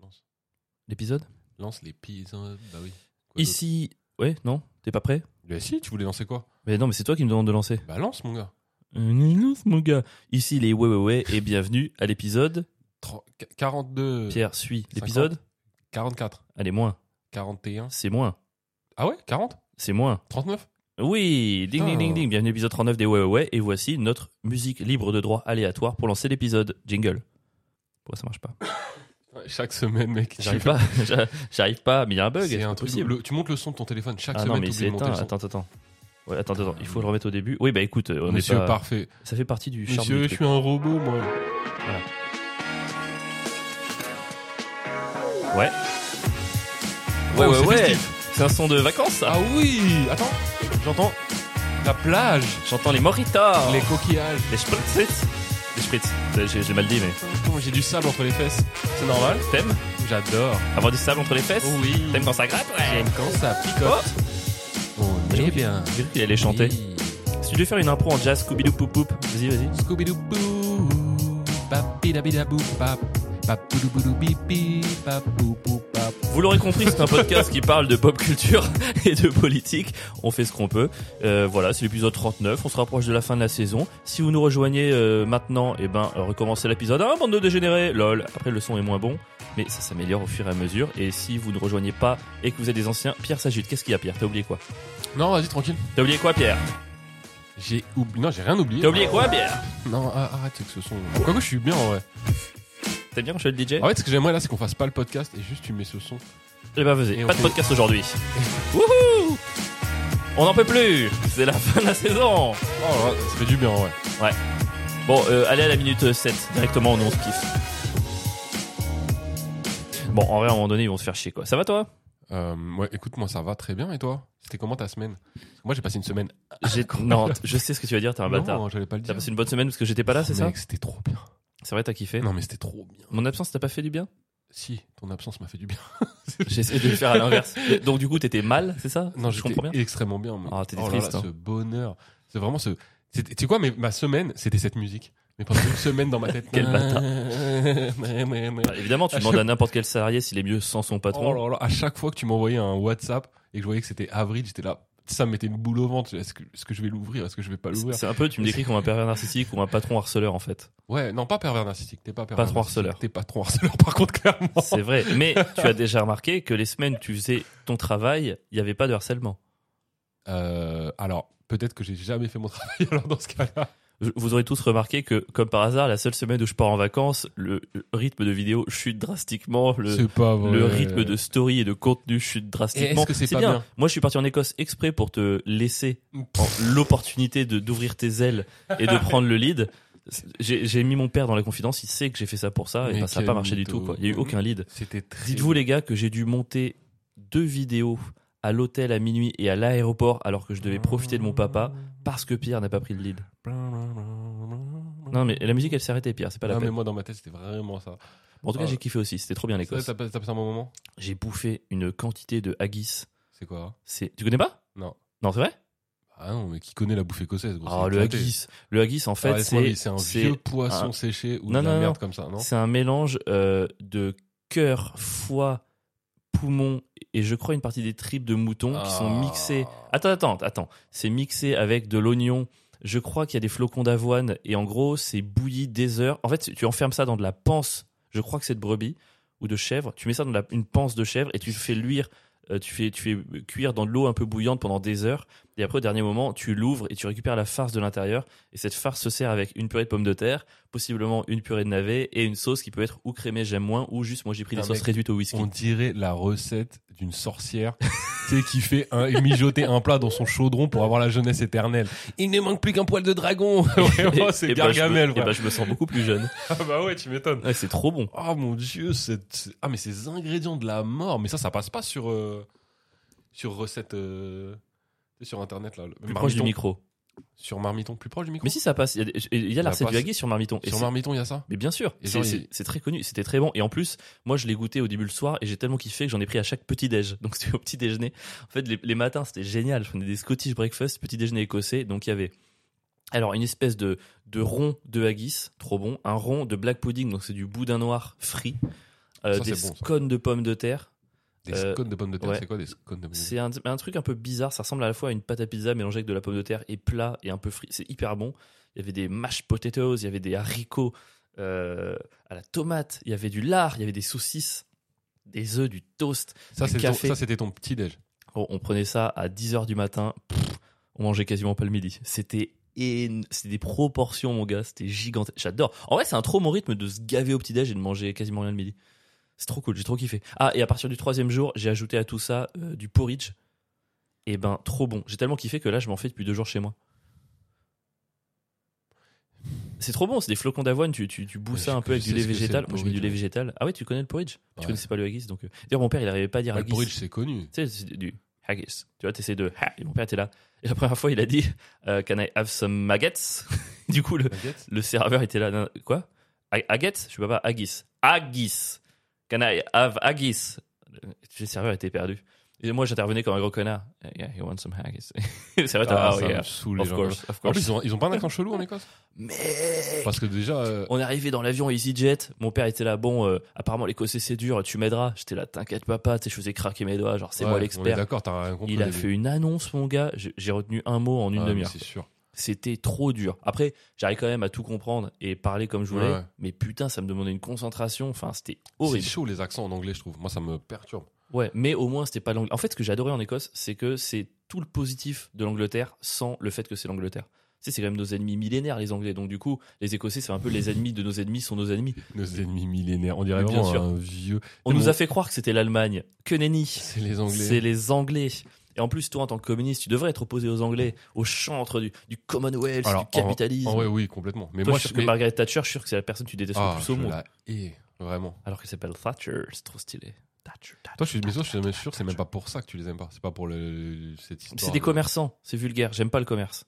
Lance. L'épisode Lance l'épisode. Bah oui. Quoi Ici. Ouais, non T'es pas prêt d'autre Bah si, tu voulais lancer quoi Mais non, mais c'est toi qui me demande de lancer. Bah lance, mon gars. Euh, lance, mon gars. Ici, les ouais, ouais, ouais, et bienvenue à l'épisode. Tro- qu- 42. Pierre suit l'épisode. 44. Allez, moins. 41. C'est moins. Ah ouais 40 C'est moins. 39 Oui, ding, ding, ding, Putain. ding. Bienvenue à l'épisode 39 des ouais, ouais, ouais, et voici notre musique libre de droit aléatoire pour lancer l'épisode. Jingle. Pourquoi ça marche pas Ouais, Chaque semaine, mec. J'arrive tu- pas, j'arrive pas, mais il y a un bug. C'est un truc. possible. le- tu montes le son de ton téléphone chaque Ah non, semaine. mais t'oublies c'est de monter éteint. le son. Attends, attends. Ouais, attends, attends. Il faut le remettre au début. Oui, bah écoute, on est Monsieur pas- parfait. Ça fait partie du charme Monsieur, du je truc. suis un robot, moi. Ouais. Ouais, Oh, ouais, c'est ouais. festif. C'est un son de vacances, ça. Ah oui Attends, Ah, j'entends la plage, J'entends les moritas. les coquillages. les spritz. Les spritz. J'ai- J'ai j'ai mal dit, mais. Comment J'ai du sable entre les fesses. C'est normal T'aimes J'adore. Oh avoir du sable entre les fesses Oui. T'aimes quand ça gratte Ouais. J'aime quand ça Oh picote. On J'ai est cru- bien. J'ai cru qu'il allait chanter. Oui. Si tu devais faire une impro en jazz, Scooby-Doo, poup, poup. Vas-y, vas-y. Scooby-Doo boo, babidabidabou bap, baboudoubou bibi, babou bou bap. Vous l'aurez compris, c'est un podcast qui parle de pop culture et de politique. On fait ce qu'on peut. Euh, voilà, c'est l'épisode 39. On se rapproche de la fin de la saison. Si vous nous rejoignez euh, maintenant, eh ben, euh, recommencez l'épisode. Ah, bande de dégénérés, lol. Après, le son est moins bon, mais ça s'améliore au fur et à mesure. Et si vous ne rejoignez pas et que vous êtes des anciens, Pierre s'agite. Qu'est-ce qu'il y a, Pierre T'as oublié quoi Non, vas-y, tranquille. T'as oublié quoi, Pierre J'ai oublié. Non, j'ai rien oublié. T'as oublié quoi, Pierre Non, ah, arrête avec ce son. Quoique, je suis bien en vrai. T'aimes bien quand je suis le DJ En fait, ce que j'aimerais là, c'est qu'on fasse pas le podcast et juste tu mets ce son. Eh ben vas-y, Et on pas de fait- podcast aujourd'hui. Wouhou On n'en peut plus C'est la fin de la saison Oh là, là, ça fait du bien en vrai. Bon, euh, allez à la minute euh, 7, directement, nous on se kiffe. Bon, en vrai, à un moment donné, ils vont se faire chier, quoi. Ça va, toi Euh, ouais, écoute, moi ça va très bien et toi C'était comment ta semaine Moi j'ai passé une semaine. J'ai- Non, t- je sais ce que tu vas dire, t'es un bâtard. Ah, Non, j'allais pas le T'as dire. passé une bonne semaine parce que j'étais pas là, c'est ça Mec, c'était trop bien. C'est vrai, t'as kiffé Non, mais c'était trop bien. Mon absence t'a pas fait du bien Si, ton absence m'a fait du bien. J'ai essayé de le faire à l'inverse. Donc, du coup, t'étais mal, c'est ça Non, je j'étais comprends bien. extrêmement bien. mec. Ah, t'étais là triste, là, hein. ce bonheur. C'est vraiment ce. c'était- Tu sais quoi, mais ma semaine, c'était cette musique. Mais pendant une semaine dans ma tête. Quel bâtard. bâtard. Bah, évidemment, tu Ah, je- demandes à n'importe quel salarié s'il est mieux sans son patron. Oh là là, à chaque fois que tu m'envoyais un WhatsApp et que je voyais que c'était avril, j'étais là. Ça me mettait une boule au ventre. Est-ce que, est-ce que je vais l'ouvrir Est-ce que je vais pas l'ouvrir c'est un peu, tu me décris comme un pervers narcissique ou un patron harceleur, en fait. Ouais, non, pas pervers narcissique. T'es pas pervers. Patron narcissique, harceleur. T'es patron harceleur, par contre, clairement. C'est vrai, mais tu as déjà remarqué que les semaines où tu faisais ton travail, il n'y avait pas de harcèlement. Euh, alors, peut-être que j'ai jamais fait mon travail alors dans ce cas-là. Je- Vous aurez tous remarqué que, comme par hasard, la seule semaine où je pars en vacances, le le rythme de vidéo chute drastiquement, le, C'est pas vrai. le rythme de story et de contenu chute drastiquement. est-ce que c'est pas bien Moi, je suis parti en Écosse exprès pour te laisser l'opportunité de d'ouvrir tes ailes et de prendre le lead. J'ai j'ai mis mon père dans la confidence, il sait que j'ai fait ça pour ça, et Mais ben, ça n'a quel pas marché du mytho. tout. quoi. Il n'y a eu aucun lead. C'était très. Dites-vous les gars que j'ai dû monter deux vidéos à l'hôtel à minuit et à l'aéroport alors que je devais profiter de mon papa parce que Pierre n'a pas pris le lead. Hein. Non mais la musique elle s'est arrêtée Pierre, c'est pas la non, mais peine. moi dans ma tête c'était vraiment ça. Bon, en tout cas Ah. j'ai kiffé aussi, c'était trop bien C'est vrai, l'Écosse. T'as pas- t'as passé un bon moment J'ai bouffé une quantité de haggis. C'est quoi C'est tu connais pas Non. Non, c'est vrai Ah non, mais qui connaît la bouffée écossaise gros, Ah c'est le éclaté. haggis. Le haggis en fait Ah, laisse-moi c'est vivre, c'est un c'est- vieux poisson un- séché ou Non, de la non, merde comme ça, non c'est un mélange euh, de cœur, foie, poumon et je crois une partie des tripes de mouton qui sont Ah. mixées Attends, attends, attends. C'est mixé avec de l'oignon. Je crois qu'il y a des flocons d'avoine. Et en gros, c'est bouilli des heures. En fait, tu enfermes ça dans de la panse. Je crois que c'est de brebis ou de chèvre. Tu mets ça dans de la- une panse de chèvre et tu fais luire. euh, tu, fais, tu fais cuire dans de l'eau un peu bouillante pendant des heures. Et après, au dernier moment, tu l'ouvres et tu récupères la farce de l'intérieur. Et cette farce se sert avec une purée de pommes de terre, possiblement une purée de navet et une sauce qui peut être ou crémée, j'aime moins, ou juste moi j'ai pris des Non, sauces mec, réduites au whisky. Ah, On dirait la recette d'une sorcière tu sais, qui fait un, mijoter un plat dans son chaudron pour avoir la jeunesse éternelle. Il ne manque plus qu'un poil de dragon Vraiment, Et- Oh, c'est et bah, je me- Gargamel et bah, je me sens beaucoup plus jeune. frère. Ah bah ouais, tu m'étonnes. Ouais, c'est trop bon. Oh mon dieu, cette... ah mais ces ingrédients de la mort, mais ça, ça passe pas sur euh, sur recette euh, tu sais, sur internet là. le- Plus proche du Marmiton. micro. Sur Marmiton, plus proche du micro. Mais si ça passe, il y a, des- il y a Ça la recette du passe. haggis sur Marmiton. Et sur c'est- Marmiton, il y a ça. Mais bien sûr, Et c'est- genre, c'est il- c'est très connu, c'était très bon. Et en plus, moi je l'ai goûté au début le soir et j'ai tellement kiffé que j'en ai pris à chaque petit déj. Donc c'était au petit déjeuner. En fait, les, les matins c'était génial. Je prenais des Scottish breakfast, petit déjeuner écossais. Donc il y avait alors une espèce de, de rond de haggis, trop bon. Un rond de black pudding, donc c'est du boudin noir frit. euh, Ça, des c'est bon, ça. scones de pommes de terre. Des Euh, scones de pommes de terre, ouais. c'est quoi des scones de pommes de terre C'est un, un truc un peu bizarre. Ça ressemble à la fois à une pâte à pizza mélangée avec de la pomme de terre et plat et un peu frit. C'est hyper bon. Il y avait des mashed potatoes, il y avait des haricots euh, à la tomate, il y avait du lard, il y avait des saucisses, des œufs, du toast. Ça, du c'est ton- café. ça, c'était ton petit déj. On, Oh, on prenait ça à 10h du matin. Pff, on mangeait quasiment pas le midi. C'était éno- c'était des proportions, mon gars. C'était gigantesque. J'adore. En vrai, c'est un trop mon rythme de se gaver au petit-déj et de manger quasiment rien le midi. C'est trop cool. J'ai trop kiffé. Ah, et à partir du troisième jour, j'ai ajouté à tout ça euh, du porridge. Et ben, trop bon. J'ai tellement kiffé que là, je m'en fais depuis deux jours chez moi. C'est trop bon, c'est des flocons d'avoine, tu, tu, tu boues Ouais, ça je- un je peu avec du sais lait ce que c'est, le végétal. Moi, je mets du porridge, lait ouais. végétal. Ah ouais, tu connais le porridge Tu Ouais. connaissais pas le haggis, donc. euh. D'ailleurs, mon père, il arrivait pas à dire Bah, le haggis. porridge, c'est connu. Tu sais, Ah, c'est du haggis. Tu vois, t'essayes de. ha- Et mon père était là. Et la première fois, il a dit euh, Can I have some maggots Du coup, le, Baguette le serveur était là. Non, Quoi Ha- Haggets Je sais pas, haggis. Haggis Can I have haggis Le serveur était perdu. Et moi, j'intervenais comme un gros connard. Yeah, you want some haggis Le serveur était là. Ah, Oh, ça me yeah. saoule, les Of gens. course, of En course. plus, ils ont, ils ont pas un accent chelou en Écosse Mais. Parce que déjà, euh, On est arrivé dans l'avion EasyJet. Mon père était là. Bon, euh, apparemment, l'écossais c'est dur. Tu m'aideras. J'étais là. T'inquiète, papa. Tu sais, je faisais craquer mes doigts. Genre, c'est euh, ouais, moi On est l'expert. d'accord, t'as rien compris. Il au a début. fait une annonce, mon gars. J'ai j'ai retenu un mot en une Ah, mais demi-heure. C'est sûr. C'était trop dur. Après, j'arrive quand même à tout comprendre et parler comme je voulais. Ouais, ouais. Mais putain, ça me demandait une concentration. Enfin, c'était C'est horrible. chaud les accents en anglais, je trouve. Moi, ça me perturbe. Ouais, mais au moins, c'était pas l'anglais. En fait, ce que j'ai adoré en Écosse, c'est que c'est tout le positif de l'Angleterre sans le fait que c'est l'Angleterre. Tu sais, c'est quand même nos ennemis millénaires, les Anglais. Donc, du coup, les Écossais, c'est un peu les ennemis de nos ennemis sont nos ennemis. Nos ennemis millénaires. On dirait Bien vraiment sûr. un vieux. On Mais nous bon. a fait croire que c'était l'Allemagne. Que nenni. C'est les anglais. C'est les Anglais. Et en plus, toi, en tant que communiste, tu devrais être opposé aux Anglais, au chantre du, du Commonwealth, Alors, du capitalisme. Ah ouais, oui, complètement. Mais Toi, moi, je suis sûr que mais- Margaret Thatcher, je suis sûr que c'est la personne que tu détestes ah, le plus je au monde. la hais, vraiment. Alors qu'elle s'appelle Thatcher, c'est trop stylé. Thatcher, Thatcher, Toi, je suis, mais toi, je Thatcher, suis jamais sûr, c'est Thatcher. même pas pour ça que tu les aimes pas. C'est pas pour le, cette histoire. C'est des de- commerçants, c'est vulgaire, j'aime pas le commerce.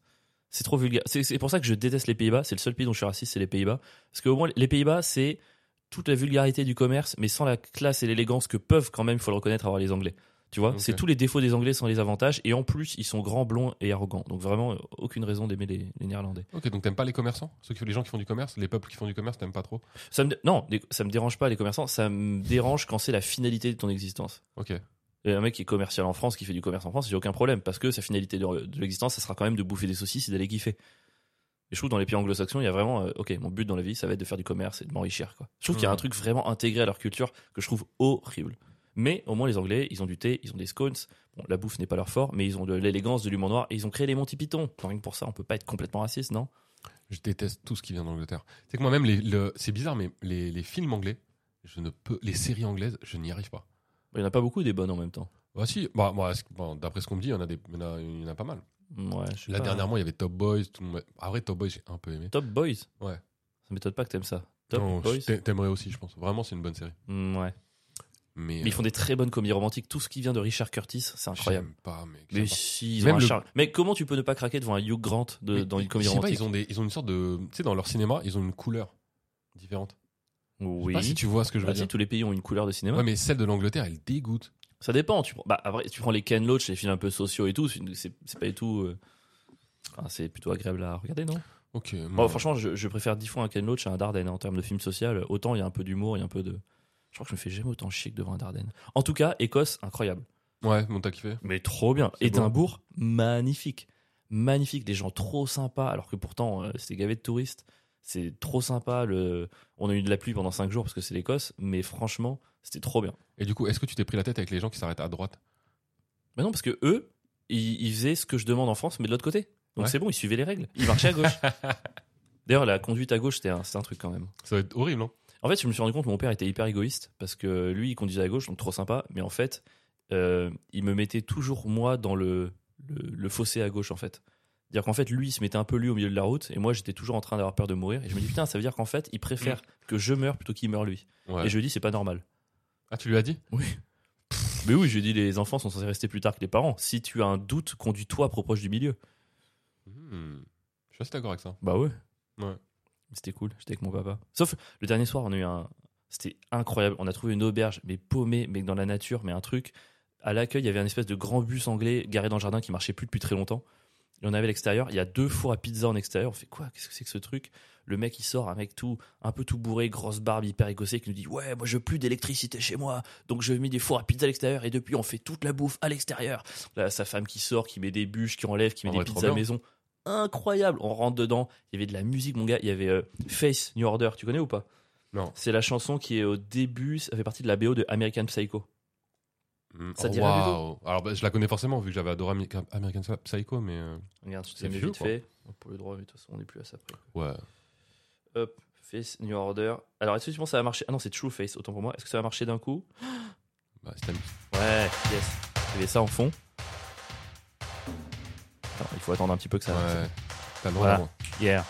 C'est trop vulgaire. C'est c'est pour ça que je déteste les Pays-Bas, c'est le seul pays dont je suis raciste, c'est les Pays-Bas. Parce qu'au moins, les Pays-Bas, c'est toute la vulgarité du commerce, mais sans la classe et l'élégance que peuvent quand même, il faut le reconnaître, avoir les Anglais. Tu vois, Ok. c'est tous les défauts des Anglais sans les avantages, et en plus, ils sont grands, blonds et arrogants. Donc vraiment, euh, aucune raison d'aimer les, les Néerlandais. Ok, donc t'aimes pas les commerçants Ceux qui, les gens qui font du commerce Les peuples qui font du commerce, t'aimes pas trop Ça me, dé- non, les- ça me dérange pas les commerçants, ça me dérange quand c'est la finalité de ton existence. Ok. Et un mec qui est commercial en France, qui fait du commerce en France, j'ai aucun problème parce que sa finalité de, de l'existence, ça sera quand même de bouffer des saucisses et d'aller kiffer. Et je trouve que dans les pays anglo-saxons, il y a vraiment, euh, ok, mon but dans la vie, ça va être de faire du commerce et de m'enrichir. Quoi. Je trouve qu'il y a Ouais. un truc vraiment intégré à leur culture que je trouve horrible. Mais au moins les Anglais, ils ont du thé, ils ont des scones. Bon, la bouffe n'est pas leur fort, mais ils ont de l'élégance, de l'humour noir et ils ont créé les Monty Python. Enfin, rien que pour ça, on peut pas être complètement raciste, non Je déteste tout ce qui vient d'Angleterre. C'est que moi-même, les- le- c'est bizarre, mais les, les films anglais, je ne peux. Les séries anglaises, je n'y arrive pas. Il y en a pas beaucoup des bonnes en même temps. Bah, si, bah, bah, est-ce que- bon, d'après ce qu'on me dit, il y en a des- il y en a- il y en a pas mal. Ouais, je sais Là, pas. dernièrement, il y avait Top Boys. Tout le monde... Après, Top Boys, j'ai un peu aimé. Top Boys. Ouais. Ça m'étonne pas que t'aimes ça. Top Non, je- Boys. t'a- T'aimerais aussi, je pense. Vraiment, c'est une bonne série. Mm, ouais. Mais, Mais ils font des très bonnes comédies romantiques. Tout ce qui vient de Richard Curtis, c'est euh, incroyable. j'aime pas, mec. Mais j'aime pas. si, ils ont Même un le- charme. Mais comment tu peux ne pas craquer devant un Hugh Grant de- Mais dans une je comédie sais pas, romantique ils ont, des, ils ont une sorte de. Tu sais, dans leur cinéma, ils ont une couleur différente. Je sais Oui. pas si tu vois ce que je veux Bah si, dire. tous les pays ont une couleur de cinéma. Ouais, mais celle de l'Angleterre, elle dégoûte. Ça dépend. Tu prends, bah, après, tu prends les Ken Loach, les films un peu sociaux et tout. c'est- C'est c'est pas du tout. euh, enfin, c'est plutôt agréable à regarder, non Ok. Bon, non. Oh, Franchement, je, je préfère dix fois un Ken Loach à un Dardenne hein, en termes de film social. Autant il y a un peu d'humour, il y a un peu de. Je crois que je me fais jamais autant chic devant un Dardenne. En tout cas, Écosse, incroyable. Ouais, bon, t'as kiffé. Mais trop bien. C'est Édimbourg, magnifique. Magnifique, des gens trop sympas, alors que pourtant euh, c'était gavé de touristes. C'est trop sympa. Le... On a eu de la pluie pendant 5 jours parce que c'est l'Écosse, mais franchement, c'était trop bien. Et du coup, est-ce que tu t'es pris la tête avec les gens qui s'arrêtent à droite Mais non, parce que eux, ils, ils faisaient ce que je demande en France, mais de l'autre côté. Donc Ouais. c'est bon, ils suivaient les règles. Ils marchaient à gauche. D'ailleurs, la conduite à gauche, c'était un, c'était un truc quand même. Ça va être horrible, non En fait, je me suis rendu compte que mon père était hyper égoïste parce que lui, il conduisait à gauche, donc trop sympa. Mais en fait, euh, il me mettait toujours moi dans le, le, le fossé à gauche, en fait. C'est-à-dire qu'en fait, lui, il se mettait un peu lui au milieu de la route et moi, j'étais toujours en train d'avoir peur de mourir. Et je me dis, putain, ça veut dire qu'en fait, il préfère que je meure plutôt qu'il meure lui. Mm. Ouais. Et je lui dis, c'est pas normal. Ah, tu lui as dit Mais oui, je lui dis, les enfants sont censés rester plus tard que les parents. Si tu as un doute, conduis-toi pro- proche du milieu. Hmm. Je suis assez d'accord avec ça. Bah ouais. Ouais. C'était cool, j'étais avec mon papa. Sauf le dernier soir, on a eu un. C'était incroyable. On a trouvé une auberge, mais paumée, mais dans la nature, mais un truc. À l'accueil, il y avait un espèce de grand bus anglais garé dans le jardin qui marchait plus depuis très longtemps. Il y en avait à l'extérieur. Il y a deux fours à pizza en extérieur. On fait quoi Qu'est-ce que c'est que ce truc Le mec, il sort, un mec tout, un peu tout bourré, grosse barbe, hyper écossais, qui nous dit Ouais, moi, je veux plus d'électricité chez moi. Donc, je mis des fours à pizza à l'extérieur. Et depuis, on fait toute la bouffe à l'extérieur. Là, sa femme qui sort, qui met des bûches, qui enlève, qui met En des vrai, Ah trop pizzas bien. maison. Incroyable. On rentre dedans. Il y avait de la musique, mon gars. Il y avait euh, Face New Order. Tu connais ou pas Non. C'est la chanson qui est au début. Ça fait partie de la BO de American Psycho. Mm. Ça Oh, te dit rien du waouh. Alors, bah, je la connais forcément, vu que j'avais adoré American- American Psycho, mais. euh, Regarde, je C'est t'ai mis vieux, vite quoi. fait. Pour le droit, mais de toute façon, on n'est plus à ça après. Ouais. Hop, Face, New Order. Alors, est-ce que tu penses que ça va marcher Ah non, c'est True Face, autant pour moi. Est-ce que ça va marcher d'un coup Bah, c'est un- Ouais, yes. Il y avait ça en fond. Attends, il faut attendre un petit peu que ça marche. ouais. T'as le droit, Voilà. moi. Yeah.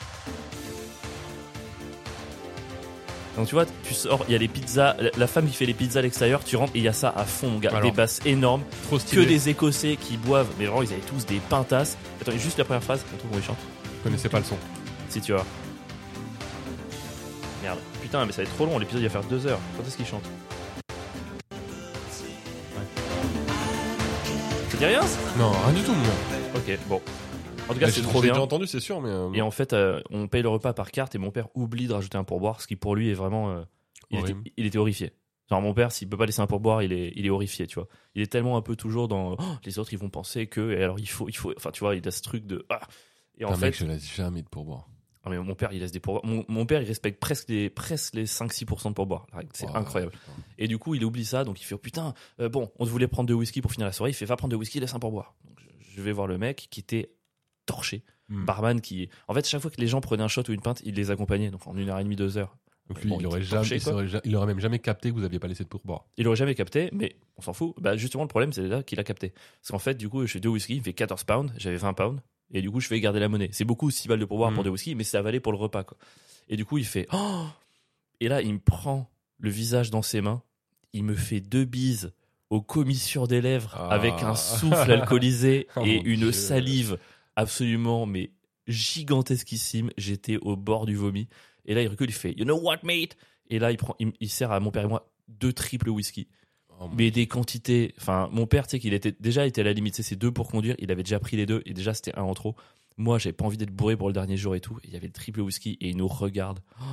Donc tu vois, tu sors, il y a les pizzas, la- la femme qui fait les pizzas à l'extérieur, tu rentres et il y a ça à fond, mon gars. Alors. des basses énormes, Trop que stylé. des Écossais qui boivent, mais vraiment ils avaient tous des pintasses. Attends, juste la première phrase, on trouve qu'on les chante. Je connaissais pas le son. Si tu vois. Merde. Putain, mais ça va être trop long. L'épisode il va faire deux heures. Quand est-ce qu'il chante Ça dit rien ça Non, rien du tout, moi. Ok, bon. En tout cas, Bah, j'ai- c'est trop j'ai bien. déjà entendu, c'est sûr, mais. euh, Et en fait, euh, on paye le repas par carte et mon père oublie de rajouter un pourboire, ce qui pour lui est vraiment. euh, il, était, Horrible. il était horrifié. Genre, mon père, s'il peut pas laisser un pourboire, il est, il est horrifié, tu vois. Il est tellement un peu toujours dans. Oh, les autres, ils vont penser que. Et alors, il faut. il faut Enfin, tu vois, il a ce truc de. Ah. Et en Putain, fait. mec, je laisse jamais de pourboire. Ah, mais mon père, il laisse des pourboires. Mon, mon père, il respecte presque les, presque les 5-6% de pourboires. La règle, C'est Oh, incroyable. putain. Et du coup, il oublie ça. Donc, il fait oh, Putain, euh, bon, on te voulait prendre deux whisky pour finir la soirée. Il fait Va prendre deux whisky, laisse un pourboire. Donc, je, je vais voir le mec qui était torché. Hmm. Barman qui. En fait, chaque fois que les gens prenaient un shot ou une pinte, il les accompagnait. Donc, en une heure et demie, deux heures. Donc lui, Bon, il, il aurait était jamais, torché, il quoi. aurait ja- il aurait même jamais capté que vous aviez pas laissé de pourboire. Il aurait jamais capté, mais on s'en fout. Bah, justement, le problème, c'est là qu'il a capté. Parce qu'en fait, du coup, je fais deux whisky, il fait 14 pounds, j'avais 20 pounds. Et du coup, je fais garder la monnaie. C'est beaucoup 6 balles de pourboire pour Mhm. deux whisky, mais ça valait pour le repas, quoi. Et du coup, il fait Oh Et là, il me prend le visage dans ses mains, il me fait deux bises aux commissures des lèvres Ah. avec un souffle alcoolisé Oh et mon une Dieu. salive absolument, mais gigantesquissime. J'étais au bord du vomi. Et là, il recule, il fait You know what, mate Et là, il, prend, il, il sert à mon père et moi deux triples whisky. Oh, mon- Mais des quantités. Enfin, mon père, tu sais qu'il était déjà était à la limite. Tu sais, c'est deux pour conduire. Il avait déjà pris les deux et déjà c'était un en trop. Moi, j'avais pas envie d'être bourré pour le dernier jour et tout. Et il y avait le triple whisky et il nous regarde. Oh,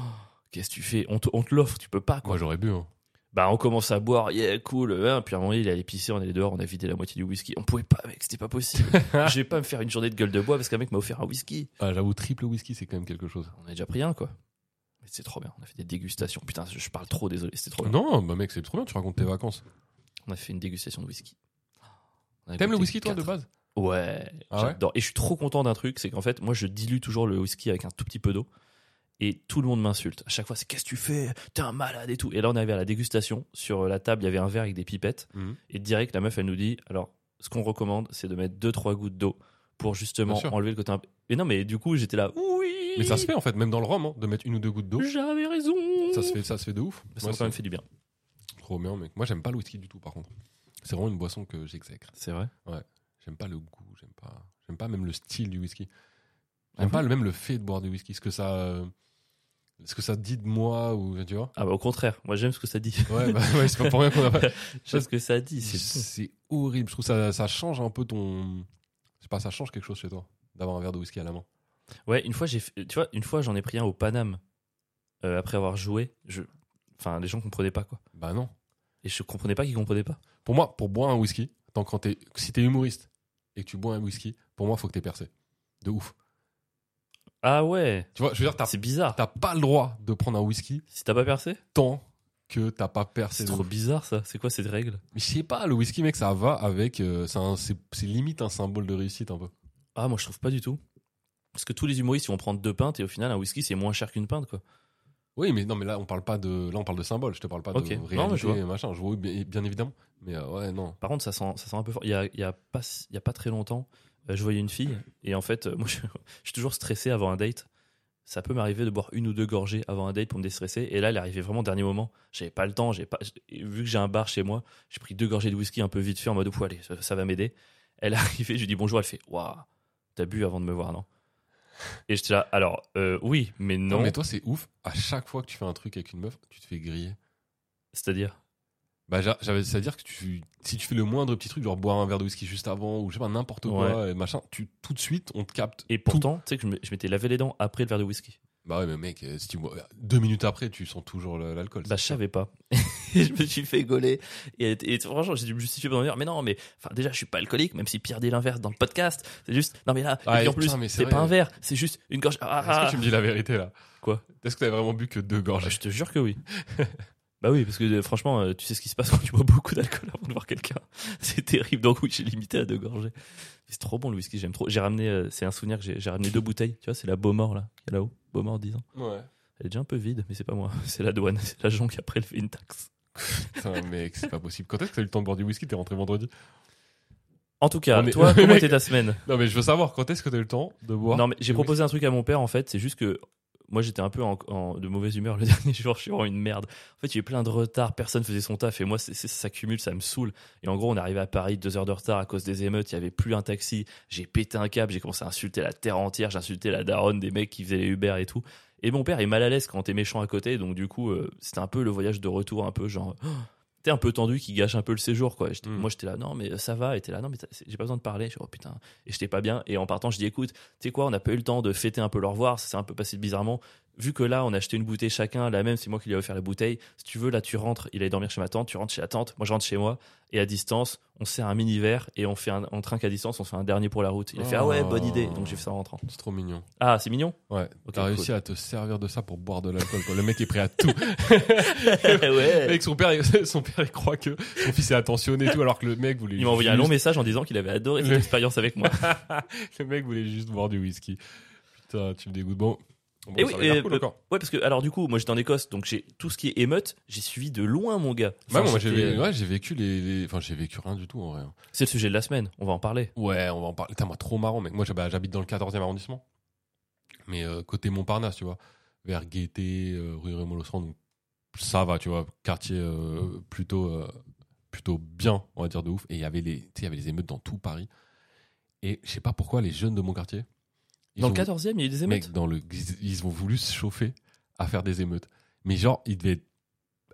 Qu'est-ce que tu fais On te, on te l'offre, tu peux pas quoi. Moi, j'aurais bu. hein. Bah, on commence à boire, yeah, cool. hein. Puis à un moment, il est allé pisser, on est allé dehors, on a vidé la moitié du whisky. On pouvait pas, mec, c'était pas possible. Je vais pas me faire une journée de gueule de bois parce qu'un mec m'a offert un whisky. Ah, J'avoue, triple whisky, c'est quand même quelque chose. On a déjà pris un quoi. Mais c'est trop bien. On a fait des dégustations. Putain, je je parle trop, désolé, c'était trop bien. Non, bah mec, c'est trop bien, tu racontes tes vacances. On a fait une dégustation de whisky. On a T'aimes le goûté whisky, toi, de quatre- base Ouais, Ah ouais j'adore. et je suis trop content d'un truc, c'est qu'en fait, moi, je dilue toujours le whisky avec un tout petit peu d'eau. Et tout le monde m'insulte. À chaque fois, c'est qu'est-ce que tu fais T'es un malade et tout. Et là, on est arrivé à la dégustation. Sur la table, il y avait un verre avec des pipettes. Mhm. Et direct, la meuf, elle nous dit alors, ce qu'on recommande, c'est de mettre 2-3 gouttes d'eau pour justement Bien sûr. enlever le côté. un- Et non, mais du coup, j'étais là oui Mais ça se fait en fait, même dans le rhum, hein, de mettre une ou deux gouttes d'eau. J'avais raison Ça se fait, ça se fait de ouf. Mais Moi, ça me fait du bien. c'est trop bien, mec. Moi, j'aime pas le whisky du tout, par contre. C'est vraiment une boisson que j'exècre. C'est vrai J'aime pas le goût, j'aime pas, j'aime pas même le style du whisky. Ah J'aime bon pas le- même le fait de boire du whisky, ce que ça, euh, ce que ça dit de moi ou tu vois. Ah, bah, au contraire, moi, j'aime ce que ça dit. Ouais, bah, ouais, c'est pas pour rien qu'on a pas. J'aime ce que ça dit. c'est bon. C'est horrible. Je trouve ça, ça change un peu ton. Je sais pas, ça change quelque chose chez toi d'avoir un verre de whisky à la main. Ouais, une fois j'ai, fait- tu vois, une fois j'en ai pris un au Paname euh, après avoir joué. Je, enfin, les gens comprenaient pas quoi. Bah non. Et je comprenais pas qu'ils comprenaient pas. Pour moi, pour boire un whisky, tant quand t'es, si t'es humoriste et que tu bois un whisky, pour moi, faut que t'aies percé. De ouf. Ah ouais, Tu vois, je veux dire, t'as, c'est bizarre. t'as pas le droit de prendre un whisky Si t'as pas percé, tant que t'as pas percé. c'est de trop ouf. bizarre ça. C'est quoi cette règle Mais je sais pas, le whisky, mec, ça va avec. euh, c'est, un- c'est- c'est limite un symbole de réussite un peu. Ah moi je trouve pas du tout. Parce que tous les humoristes ils vont prendre deux pintes et au final un whisky c'est moins cher qu'une pinte quoi. Oui, mais non, mais là, on parle pas de, là, on parle de symbole. Je te parle pas Ok. de Non, mais je réalité, vois. et machin. Je vois bien, bien évidemment. Mais euh, ouais, non. Par contre ça sent, ça sent un peu fort. Il y a, il y a pas, si- il y a pas très longtemps, euh, je voyais une fille et en fait euh, moi je, je suis toujours stressé avant un date. Ça peut m'arriver de boire une ou deux gorgées avant un date pour me déstresser. Et là, elle est arrivée vraiment au dernier moment. J'avais pas le temps. J'ai pas. et Vu que j'ai un bar chez moi, j'ai pris deux gorgées de whisky un peu vite fait en mode oh, allez, ça, ça va m'aider. Elle est arrivée, je lui dis bonjour. Elle fait waouh, t'as bu avant de me voir, non Et j'étais là. Alors euh, oui, mais non. Non, mais toi, c'est ouf. À chaque fois que tu fais un truc avec une meuf, tu te fais griller. C'est-à-dire Bah, j'a- j'avais, c'est-à-dire que tu, si tu fais le moindre petit truc, genre boire un verre de whisky juste avant, ou je sais pas, n'importe quoi, et machin, tu, tout de suite, on te capte. Et tout. pourtant, tu sais que je me- je m'étais lavé les dents après le verre de whisky. Bah ouais, mais mec, euh, si tu bois, deux minutes après, tu sens toujours le- l'alcool. Bah, je savais pas. Et je me suis fait gauler. Et, et franchement, j'ai dû me justifier pendant une heure. Mais non, mais enfin, déjà, je suis pas alcoolique, même si Pierre dit l'inverse dans le podcast. C'est juste, non, mais là, Ah, et puis et en plus, putain, mais c'est c'est vrai. pas un verre, c'est juste une gorge. Ah, Est-ce ah, que tu me dis la vérité là Quoi Est-ce que t'as vraiment bu que deux ah. gorges je te jure que oui. bah oui, parce que euh, franchement, euh, tu sais ce qui se passe quand tu bois beaucoup d'alcool avant de voir quelqu'un. C'est terrible. Donc oui, j'ai limité à deux gorgées. C'est trop bon le whisky, j'aime trop. J'ai ramené, euh, c'est un souvenir que j'ai j'ai ramené deux bouteilles. Tu vois, c'est la Beaumort là, qui est là-haut. Beaumort 10 ans. Ouais. Elle est déjà un peu vide, mais c'est pas moi. C'est la douane. C'est l'agent qui a prélevé une taxe. Putain, mec, c'est pas possible. Quand est-ce que t'as eu le temps de boire du whisky T'es rentré vendredi En tout cas, On est- toi, comment Mec. était ta semaine Non, mais je veux savoir, quand est-ce que t'as eu le temps de boire Non, mais j'ai du proposé un truc à mon père en fait. C'est juste que moi j'étais un peu en, en- de mauvaise humeur le dernier jour. Je suis vraiment une merde. En fait, j'ai eu plein de retard. Personne faisait son taf et moi c'est- c'est- ça s'accumule, ça me saoule. Et en gros, on est arrivé à Paris deux heures de retard à cause des émeutes. Il y avait plus un taxi. J'ai pété un câble. J'ai commencé à insulter la terre entière. J'ai insulté la daronne des mecs qui faisaient les Uber et tout. Et mon père est mal à l'aise quand t'es méchant à côté. Donc du coup, euh, c'était un peu le voyage de retour, un peu genre. oh, T'es un peu tendu qui gâche un peu le séjour quoi. J'étais- Mm. Moi j'étais là non mais ça va et t'es là non mais t'as- j'ai pas besoin de parler. Je suis, oh putain et j'étais pas bien et en partant je dis écoute tu sais quoi, on n'a pas eu le temps de fêter un peu le revoir, ça s'est un peu passé bizarrement. Vu que là, on a acheté une bouteille chacun, la même, c'est moi qui lui ai offert la bouteille. Si tu veux, là, tu rentres, il allait dormir chez ma tante, tu rentres chez la tante, moi je rentre chez moi, et à distance, on sert un mini verre et on fait un, on trinque à distance, on se fait un dernier pour la route. Il a fait Oh. ah ouais, bonne idée, donc j'ai fait ça en rentrant. C'est trop mignon. Ah, c'est mignon. Ouais, Ok, t'as réussi cool. à te servir de ça pour boire de l'alcool. quoi. Le mec est prêt à tout. ouais. Avec son père, il- son père, il croit que son fils est attentionné et tout, alors que le mec voulait. Il m'a envoyé un long message en disant qu'il avait adoré cette Le- expérience avec moi. Le mec voulait juste boire du whisky. Putain, tu me dégoûtes. Bon, bon Eh ça oui, va être euh, cool encore. Ouais, parce que alors du coup, moi j'étais en Écosse, donc j'ai tout ce qui est émeute, j'ai suivi de loin mon gars. Bah, Enfin, moi, j'ai c'était- euh, ouais, j'ai vécu les, les- Enfin, j'ai vécu rien du tout en vrai. hein. C'est le sujet de la semaine, on va en parler. Ouais, on va en parler. Putain, moi, trop marrant, mec. Moi, j'hab- j'habite dans le 14e arrondissement. Mais euh, côté Montparnasse, tu vois. Vers Gaieté, euh, rue Remolosran. Donc, ça va, tu vois. Quartier euh, plutôt, euh, plutôt bien, on va dire, de ouf. Et il y avait les, tu sais, il y avait les émeutes dans tout Paris. Et je sais pas pourquoi les jeunes de mon quartier. ils Dans ont- le 14e, il y a eu des émeutes. Mec, dans le, ils, ils ont voulu se chauffer à faire des émeutes. Mais genre, ils devaient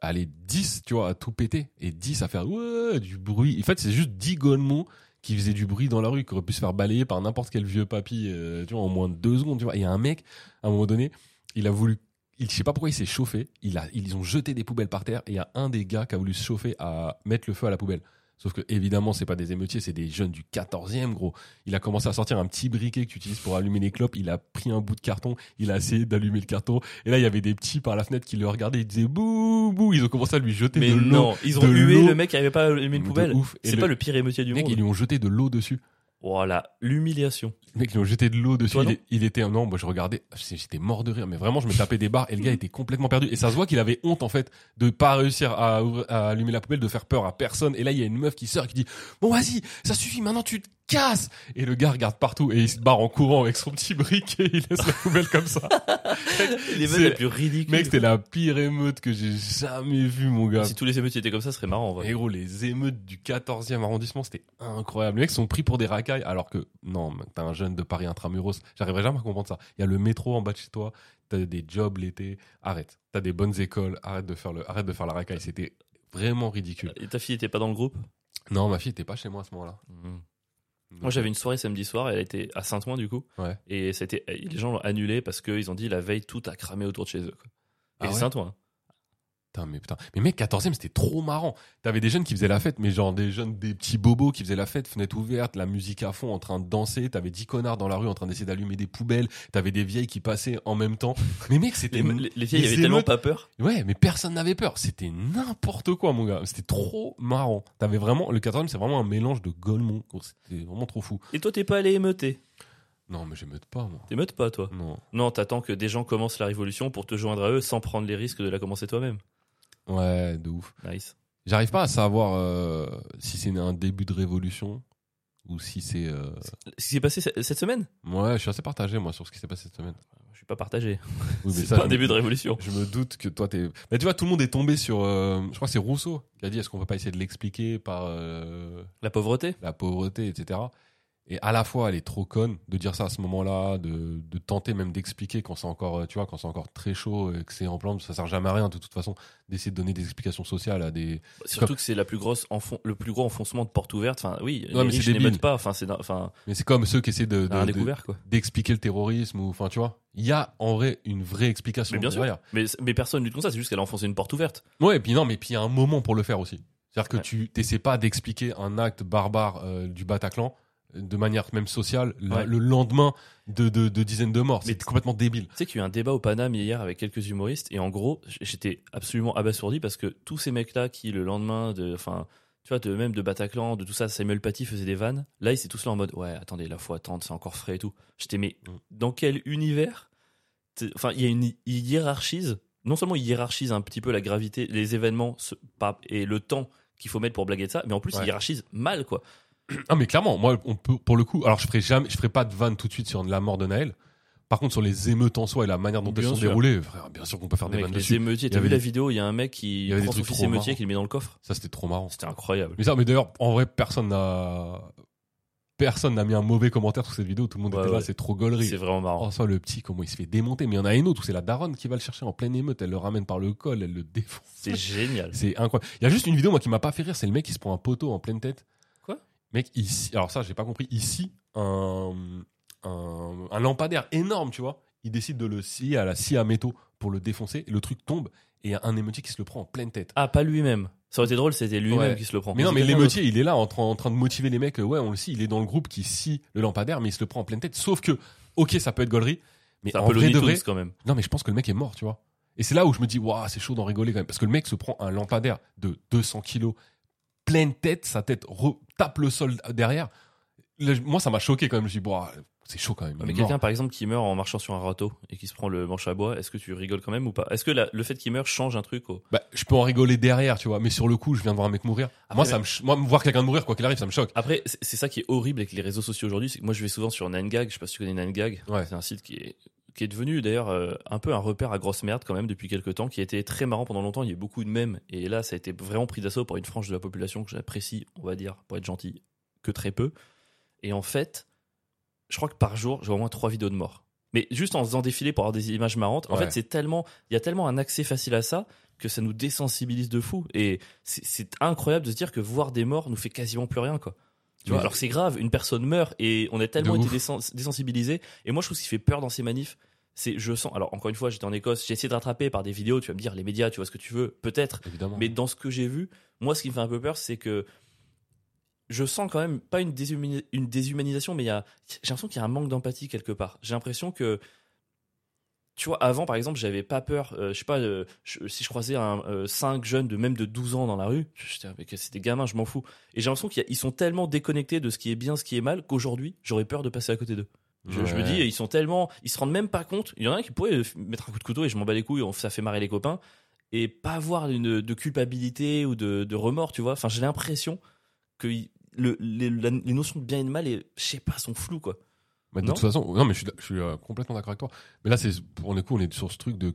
aller 10, tu vois, à tout péter. Et 10 à faire ouais, du bruit. En fait, c'est juste 10 gonnements qui faisaient du bruit dans la rue, qui auraient pu se faire balayer par n'importe quel vieux papy, euh, tu vois, en moins de 2 secondes, tu vois. Et il y a un mec, à un moment donné, il a voulu. Il, je sais pas pourquoi il s'est chauffé. Il a, ils ont jeté des poubelles par terre et il y a un des gars qui a voulu se chauffer à mettre le feu à la poubelle. Sauf que, évidemment, c'est pas des émeutiers, c'est des jeunes du 14e, gros. Il a commencé à sortir un petit briquet que tu utilises pour allumer les clopes. Il a pris un bout de carton, il a essayé d'allumer le carton. Et là, il y avait des petits par la fenêtre qui le regardaient. Ils disaient bouh, bouh. Ils ont commencé à lui jeter Mais de l'eau. non, ils ont de hué l'eau. le mec qui n'avait pas à allumer une De poubelle. ouf. Et C'est pas le pire émeutier du mec, ils monde. lui ont jeté de l'eau dessus. Voilà, l'humiliation. Le Mec, ils lui ont jeté de l'eau dessus. Toi, il, non est- il était, non, moi, je regardais. J'étais mort de rire. Mais vraiment, je me tapais des barres et le gars était complètement perdu. Et ça se voit qu'il avait honte, en fait, de pas réussir à, ouvrir- à allumer la poubelle, de faire peur à personne. Et là, il y a une meuf qui sort et qui dit, bon, vas-y, ça suffit. Maintenant, tu te casses. Et le gars regarde partout et il se barre en courant avec son petit briquet. Il laisse la poubelle comme ça. Les meufs C'est- les plus ridicules. Mec, c'était la pire émeute que j'ai jamais vue, mon gars. Si tous les émeutiers étaient comme ça, ce serait marrant en vrai. Et gros, les émeutes du 14e arrondissement, c'était incroyable. Les mecs sont pris pour des racailles, alors que non, mec, t'as un jeune de Paris intramuros. J'arriverai jamais à comprendre ça. Il y a le métro en bas de chez toi, t'as des jobs l'été. Arrête. T'as des bonnes écoles, arrête de faire, le, arrête de faire la racaille. C'était vraiment ridicule. Et ta fille était pas dans le groupe Non, ma fille était pas chez moi à ce moment-là. Moi j'avais une soirée samedi soir, elle était à Saint-Ouen du coup. Ouais. Et c'était, les gens l'ont annulée parce qu'ils ont dit la veille tout a cramé autour de chez eux. quoi. Ah et ouais Saint-Ouen. Putain, mais putain. Mais mec, 14e, c'était trop marrant. T'avais des jeunes qui faisaient la fête, mais genre des jeunes, des petits bobos qui faisaient la fête, fenêtre ouverte, la musique à fond, en train de danser. T'avais 10 connards dans la rue en train d'essayer d'allumer des poubelles. T'avais des vieilles qui passaient en même temps. Mais mec, c'était. Les, les- les filles les avaient tellement émeutes- pas peur. Ouais, mais personne n'avait peur. C'était n'importe quoi, mon gars. C'était trop marrant. T'avais vraiment. Le 14e, c'est vraiment un mélange de Golemont. Gros, C'était vraiment trop fou. Et toi t'es pas allé émeuter. Non, mais j'émeute pas, moi. T'émeutes pas toi. Non. Non, t'attends que des gens commencent la révolution pour te joindre à eux sans prendre les risques de la commencer toi-même. Ouais, de ouf. Nice. J'arrive pas à savoir euh, si c'est un début de révolution ou si c'est. euh, Ce qui s'est passé ce- cette semaine Ouais, je suis assez partagé, moi, sur ce qui s'est passé cette semaine. Je suis pas partagé. Oui, mais C'est ça, pas un je- début de révolution. Je me doute que toi, t'es. Mais tu vois, tout le monde est tombé sur. euh, je crois que c'est Rousseau qui a dit est-ce qu'on peut pas essayer de l'expliquer par euh, La pauvreté la pauvreté, etc. Et à la fois, elle est trop conne de dire ça à ce moment-là, de, de tenter même d'expliquer quand c'est encore, euh, tu vois, quand c'est encore très chaud, et que c'est en plan, ça sert jamais à rien de toute façon d'essayer de donner des explications sociales à des. Surtout que c'est la plus grosse enfon- le plus gros enfoncement de porte ouverte. Enfin, oui, Ouais, mais les c'est riches n'émettent débile. pas. Enfin, c'est d'un- enfin, Mais c'est comme ceux qui essaient de, de- un de- découvert quoi. d'expliquer le terrorisme ou, enfin, tu vois, il y a en vrai une vraie explication Mais bien sûr. derrière. Mais, mais personne lutte contre ça. C'est juste qu'elle a enfoncé une porte ouverte. Ouais, et puis non, mais puis il y a un moment pour le faire aussi. C'est-à-dire que Ouais. tu t'essaies pas d'expliquer un acte barbare euh, du Bataclan euh, de manière même sociale la- Ouais. le lendemain de, de, de dizaines de morts. Mais C'est t- complètement débile. Tu sais qu'il y a eu un débat au Paname hier avec quelques humoristes et en gros, j- j'étais absolument abasourdi parce que tous ces mecs-là qui le lendemain de, enfin, tu vois, de même de Bataclan, de tout ça, Samuel Paty faisait des vannes. Là, ils étaient tous là en mode, ouais, attendez, là faut attendre, c'est encore frais et tout. J'étais mais Mm. dans quel univers T'es- Enfin, il y a une hi- il hiérarchise. Non seulement il hiérarchise un petit peu la gravité, les événements ce- par- et le temps qu'il faut mettre pour blaguer de ça, mais en plus Ouais. il hiérarchise mal quoi. Ah mais clairement, moi on peut pour le coup, alors je ferai jamais je ferai pas de vanne tout de suite sur la mort de Naël. Par contre sur les émeutes en soi et la manière dont Bien elles sont sûr. déroulées, frère, bien sûr qu'on peut faire des Mec, vannes les dessus. émeutiers, Il y t'as vu avait la des- vidéo, il y a un mec qui y avait des prend son trucs fils trop émeutier marrants. qui le met dans le coffre. Ça c'était trop marrant. C'était incroyable. Mais ça mais d'ailleurs en vrai personne n'a personne n'a mis un mauvais commentaire sur cette vidéo, tout le monde Ouais, était là, ouais. c'est trop gaulerie. C'est vraiment marrant. Oh, ça, le petit, comment il se fait démonter. Mais il y en a une autre où c'est la daronne qui va le chercher en pleine émeute. Elle le ramène par le col, elle le défonce. C'est génial. C'est incroyable. Il y a juste une vidéo, moi, qui m'a pas fait rire. C'est le mec qui se prend un poteau en pleine tête. Quoi Mec, ici. Alors, ça, j'ai pas compris. Ici, un, un, un lampadaire énorme, tu vois. Il décide de le scier à la scie à métaux pour le défoncer. Et le truc tombe. Et il y a un émeutier qui se le prend en pleine tête. Ah, pas lui-même. Ça aurait été drôle, c'était lui-même Ouais. qui se le prend. Mais non, mais C'est quelqu'un l'émeutier, il est là en, train- en train de motiver les mecs. euh, Ouais, on le scie. Il est dans le groupe qui scie le lampadaire, mais il se le prend en pleine tête. Sauf que, ok, ça peut être gaulerie. d'autre. Mais C'est un en peu vrai le de Looney vrai, Tunes, quand même. Non, mais je pense que le mec est mort, tu vois. Et c'est là où je me dis, waouh, c'est chaud d'en rigoler quand même. Parce que le mec se prend un lampadaire de 200 kilos, pleine tête, sa tête re- tape le sol derrière. Le- moi, ça m'a choqué quand même. Je dis, waouh, c'est chaud quand même. il Mais est mort. quelqu'un, par exemple, qui meurt en marchant sur un râteau et qui se prend le manche à bois, est-ce que tu rigoles quand même ou pas Est-ce que la- le fait qu'il meurt change un truc au- Bah, je peux en rigoler derrière, tu vois. Mais sur le coup, je viens de voir un mec mourir. Après, moi, ça me, ch- moi, me voir quelqu'un de mourir, quoi qu'il arrive, ça me choque. Après, c'est c'est ça qui est horrible avec les réseaux sociaux aujourd'hui. C'est que moi, je vais souvent sur Nangag. Je sais pas si tu connais Nangag. Ouais. C'est un site qui est, qui est devenu d'ailleurs euh, un peu un repère à grosse merde quand même depuis quelques temps, qui a été très marrant pendant longtemps. Il y a eu beaucoup de mèmes. Et là, ça a été vraiment pris d'assaut par une frange de la population que j'apprécie, on va dire, pour être gentil, que très peu. Et en fait, je crois que par jour, j'ai au moins trois vidéos de morts. Mais juste en faisant défiler pour avoir des images marrantes, en Ouais. fait, c'est tellement, il y a tellement un accès facile à ça que ça nous désensibilise de fou. Et c'est- c'est incroyable de se dire que voir des morts nous fait quasiment plus rien, quoi. Tu vois, Mais- alors que c'est grave, une personne meurt et on a tellement De été ouf. désen- désensibilisés. Et moi, je trouve ce qui fait peur dans ces manifs, c'est je sens. Alors, encore une fois, j'étais en Écosse, j'ai essayé de rattraper par des vidéos, tu vas me dire, les médias, tu vois ce que tu veux, peut-être. Évidemment. Mais dans ce que j'ai vu, moi, ce qui me fait un peu peur, c'est que je sens quand même pas une, déshumani- une déshumanisation, mais il y a- j'ai l'impression qu'il y a un manque d'empathie quelque part. J'ai l'impression que, tu vois, avant, par exemple, j'avais pas peur. euh, je sais pas, euh, je- si je croisais un, 5 jeunes de même de 12 ans dans la rue, j'étais, mais que c'est des gamins, je m'en fous. Et j'ai l'impression qu'ils sont tellement déconnectés de ce qui est bien, ce qui est mal, qu'aujourd'hui, j'aurais peur de passer à côté d'eux. Je, je me Ouais. dis, ils sont tellement. Ils se rendent même pas compte. Il y en a qui pourraient mettre un coup de couteau et je m'en bats les couilles, on- ça fait marrer les copains. Et pas avoir une, de culpabilité ou de, de remords, tu vois. Enfin, j'ai l'impression que il- le- les, la- les notions de bien et de mal, et, je sais pas, sont floues, quoi. Mais Bah, de Non toute façon, non, mais je suis, je suis, euh, complètement d'accord avec toi. Mais là, c'est pour le coup, on est sur ce truc de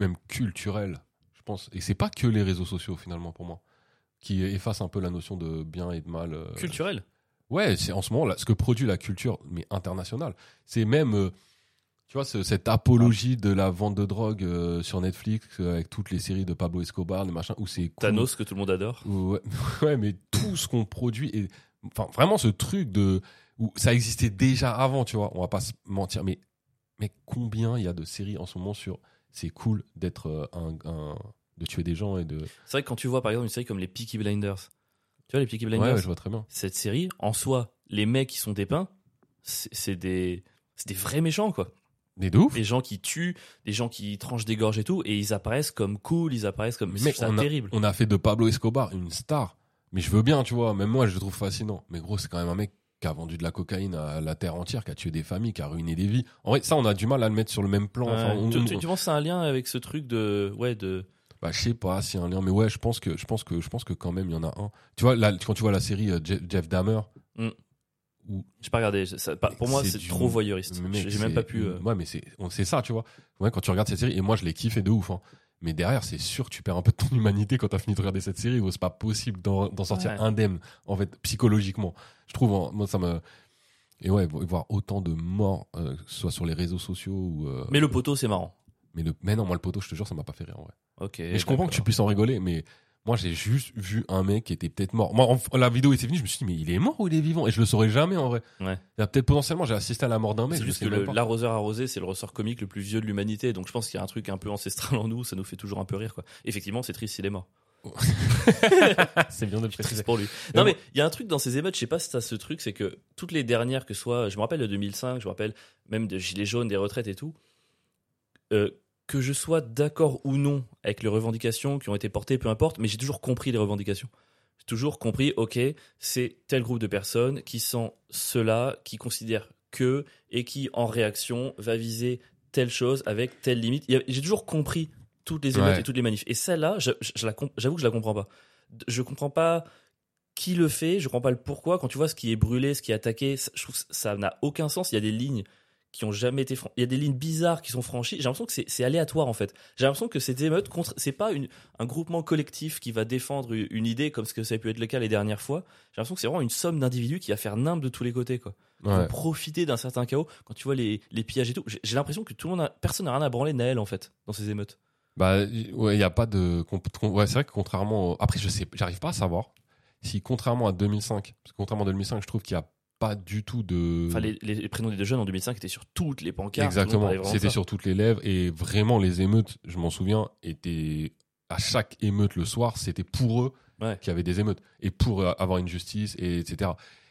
même culturel, je pense. Et c'est pas que les réseaux sociaux finalement pour moi qui effacent un peu la notion de bien et de mal. euh. Culturelles. Ouais, c'est en ce moment là ce que produit la culture, mais internationale. C'est même, euh, tu vois, ce- cette apologie de la vente de drogue euh, sur Netflix euh, avec toutes les séries de Pablo Escobar, les machins où c'est cool. Thanos, que tout le monde adore. Ouais, ouais, mais tout ce qu'on produit est, enfin, vraiment ce truc de où ça existait déjà avant, tu vois. On va pas se mentir, mais mais combien il y a de séries en ce moment sur c'est cool d'être euh, un, un- de tuer des gens et de. C'est vrai que quand tu vois, par exemple, une série comme les Peaky Blinders, tu vois, les Peaky Ouais, Blinders, ouais, je vois très bien. cette série, en soi, les mecs qui sont dépeints, c'est c'est des, c'est des vrais méchants, quoi. Mais de ouf. des gens qui tuent, des gens qui tranchent des gorges et tout, et ils apparaissent comme cool, ils apparaissent comme. Mais C'est mec, ça terrible. On a fait de Pablo Escobar une star. Mais je veux bien, tu vois. Même moi, je le trouve fascinant. Mais gros, c'est quand même un mec qui a vendu de la cocaïne à la terre entière, qui a tué des familles, qui a ruiné des vies. En vrai, ça, on a du mal à le mettre sur le même plan. Enfin, Ouais. on- tu, on- tu- tu penses que c'est un lien avec ce truc de. Ouais, de. Bah, je sais pas s'il y a un lien, mais ouais, je pense que, je pense que, je pense que quand même, il y en a un. Tu vois, là, quand tu vois la série euh, Jeff, Jeff Dahmer, J'ai pas regardé. ça- pas- pour moi, C'est c'est du- trop voyeuriste. mais mec, J'ai même c'est- pas pu. euh, Ouais, mais c'est, on- c'est ça, tu vois. Ouais, quand tu regardes cette série, et moi, je l'ai kiffé de ouf, hein. Mais derrière, c'est sûr, que tu perds un peu de ton humanité quand t'as fini de regarder cette série, où c'est pas possible d'en, d'en sortir Ouais. indemne, en fait, psychologiquement. Je trouve, hein, moi, ça me, Et ouais, vo- voir autant de morts, euh, que ce soit sur les réseaux sociaux ou. euh, Mais le poteau, c'est marrant. mais, le... mais non, moi, le poteau, je te jure, ça m'a pas fait rire, en vrai. Ok. Et je comprends que tu puisses en rigoler, mais moi, j'ai juste vu un mec qui était peut-être mort. Moi, en- la vidéo était finie, je me suis dit, mais il est mort ou il est vivant Et je le saurais jamais, en vrai. Ouais. Il y a Peut-être potentiellement, j'ai assisté à la mort d'un mec. C'est je juste sais que même le- pas. l'arroseur arrosé, c'est le ressort comique le plus vieux de l'humanité. Donc je pense qu'il y a un truc un peu ancestral en nous, ça nous fait toujours un peu rire. Quoi. Effectivement, c'est triste, il est mort. C'est bien de le préciser. Triste pour lui. Non mais il y a un truc dans ces émeutes, je sais pas si t'as ce truc, c'est que toutes les dernières, que ce soit, je me rappelle de 2005, je me rappelle même de Gilets jaunes, des retraites et tout, euh, que je sois d'accord ou non avec les revendications qui ont été portées, peu importe, mais j'ai toujours compris les revendications. J'ai toujours compris, ok, c'est tel groupe de personnes qui sont ceux-là, qui considèrent que, et qui en réaction va viser telle chose avec telle limite. Il y a- J'ai toujours compris toutes les émeutes Ouais. et toutes les manifs. Et celle-là, je- je- je la comp- j'avoue que je la comprends pas. D- Je comprends pas qui le fait, je comprends pas le pourquoi. Quand tu vois ce qui est brûlé, ce qui est attaqué, ça- je trouve que ça n'a aucun sens. Il y a des lignes qui ont jamais été franchies. Il y a des lignes bizarres qui sont franchies. J'ai l'impression que c'est- c'est aléatoire en fait. J'ai l'impression que ces émeutes, contre- c'est pas une, un groupement collectif qui va défendre u- une idée comme ce que ça a pu être le cas les dernières fois. J'ai l'impression que c'est vraiment une somme d'individus qui va faire nimble de tous les côtés. Quoi. Ils vont Ouais. profiter d'un certain chaos. Quand tu vois les, les pillages et tout, j'ai j'ai l'impression que tout le monde a- personne n'a rien à branler de Naël en fait dans ces émeutes. Bah, y- ouais, il n'y a pas de. comp- con- Ouais, c'est vrai que contrairement. au- Après, je sais, j'arrive pas à savoir si, contrairement à 2005, parce que contrairement à 2005, je trouve qu'il n'y a pas du tout de. Enfin, les, les prénoms des jeunes en 2005 étaient sur toutes les pancartes. Exactement, c'était sur sur toutes les lèvres et vraiment les émeutes, je m'en souviens, étaient à chaque émeute le soir, c'était pour eux Ouais. qu'il y avait des émeutes et pour euh, avoir une justice, et, etc.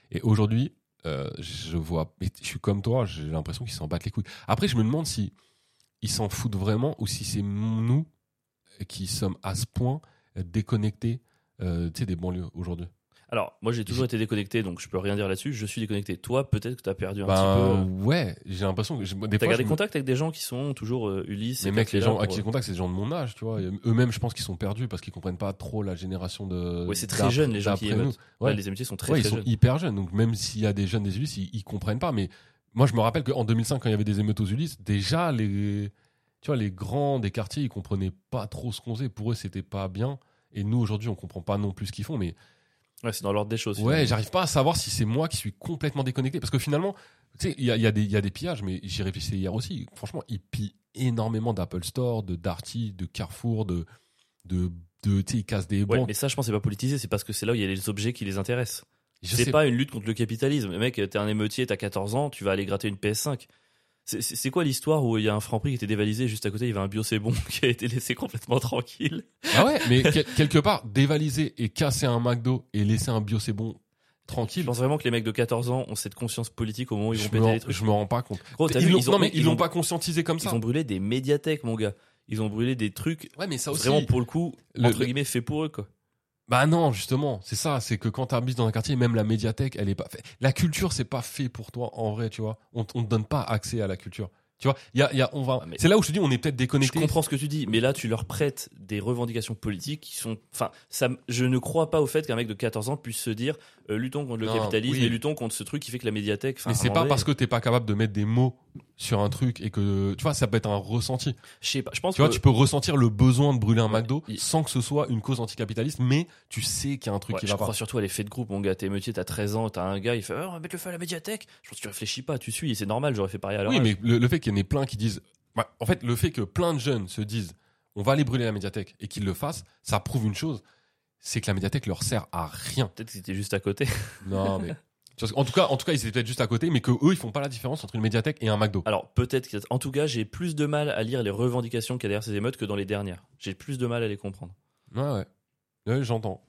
Et aujourd'hui, euh, je vois, mais je suis comme toi, j'ai l'impression qu'ils s'en battent les couilles. Après, je me demande si ils s'en foutent vraiment ou si c'est nous qui sommes à ce point déconnectés euh, tu sais, des banlieues aujourd'hui. Alors, moi j'ai toujours été déconnecté, donc je peux rien dire là-dessus. Je suis déconnecté. Toi, peut-être que t'as perdu un Ben, petit peu. ouais, j'ai l'impression que. je- des T'as fois, je gardé me- contact avec des gens qui sont toujours euh, Ulysse. Mais et mec, les Cartier, gens là, à pour- qui j'ai contact, c'est des gens de mon âge, tu vois. Et Eux-mêmes, je pense qu'ils sont perdus parce qu'ils comprennent pas trop la génération de. euh, Ouais, c'est très d'après- jeune, les gens qui d'après nous. émettent. Ouais. Là, les amitiés sont très Ouais, ils très sont jeunes. hyper jeunes. Donc même s'il y a des jeunes des Ulysses, ils, ils comprennent pas. Mais moi, je me rappelle qu'en 2005, quand il y avait des émeutes aux Ulysses, déjà les, tu vois, les grands des quartiers, ils comprenaient pas trop ce qu'on faisait. Pour eux, c'était pas bien. Et nous aujourd'hui, on comprend pas non plus ce qu'ils font. Mais Ouais, c'est dans l'ordre des choses. ouais, finalement. j'arrive pas à savoir si c'est moi qui suis complètement déconnecté parce que finalement, tu sais, il y a, il y a des- il y a des pillages, mais j'y réfléchissais hier aussi. Franchement, ils pillent énormément d'Apple Store, de Darty, de Carrefour, de de, de tu sais, ils cassent des Ouais, banques. mais ça, je pense, c'est pas politisé, c'est parce que c'est là où il y a les objets qui les intéressent. je C'est pas une lutte contre le capitalisme. Mec, t'es un émeutier, t'as 14 ans, tu vas aller gratter une PS5. C'est- C'est c'est quoi l'histoire où il y a un Franprix qui était dévalisé juste à côté, il y avait un bio c'est bon qui a été laissé complètement tranquille Ah ouais, mais quel- quelque part, dévaliser et casser un McDo et laisser un bio, c'est bon, Je tranquille. pense vraiment que les mecs de 14 ans ont cette conscience politique au moment où ils vont Je péter me, les trucs. je me rends pas compte. Gros, t'as Ils vu, l'ont- ils ont- non, mais mec, ils ils l'ont ont- pas conscientisé comme Ils ça. ont brûlé des médiathèques, mon gars. Ils ont brûlé des trucs Ouais, mais ça aussi. vraiment pour le coup, le- entre le- guillemets, fait pour eux, quoi. Bah non, justement, c'est ça, c'est que quand t'habites dans un quartier, même la médiathèque, elle est pas. fait- La culture, c'est pas fait pour toi, en vrai, tu vois. On, t- on te donne pas accès à la culture. Tu vois, il y a, il y a- on va. Ah, mais- C'est là où je te dis, on est peut-être déconnecté. Je comprends ce que tu dis, mais là, tu leur prêtes des revendications politiques qui sont. Enfin, ça, m- je ne crois pas au fait qu'un mec de 14 ans puisse se dire euh, luttons contre le Non, capitalisme oui. et luttons contre ce truc qui fait que la médiathèque. enfin, mais à un c'est moment pas donné, parce que t'es pas capable de mettre des mots sur un truc et que. Tu vois, ça peut être un ressenti. Je sais pas. Je pense Tu vois, que. tu peux ressentir le besoin de brûler un Ouais, McDo il- sans que ce soit une cause anticapitaliste, mais tu sais qu'il y a un truc Ouais, qui je va crois pas. surtout à l'effet de groupe, mon gars. T'es métier, t'as 13 ans, t'as un gars, il fait Ah, on va mettre le feu à la médiathèque. Je pense que tu réfléchis pas, tu suis, et c'est normal, j'aurais fait pareil à leur Oui, âge. mais le, le fait qu'il y en ait plein qui disent. bah, en fait, le fait que plein de jeunes se disent on va aller brûler la médiathèque et qu'ils le fassent, ça prouve une chose c'est que la médiathèque leur sert à rien. Peut-être que c'était juste à côté. Non, mais. tu vois, En tout, cas, en tout cas, ils étaient peut-être juste à côté, mais que eux, ils font pas la différence entre une médiathèque et un McDo. Alors peut-être que... En tout cas, j'ai plus de mal à lire les revendications qu'il y a derrière ces émeutes que dans les dernières. J'ai plus de mal à les comprendre. Ouais, ouais. Ouais, j'entends.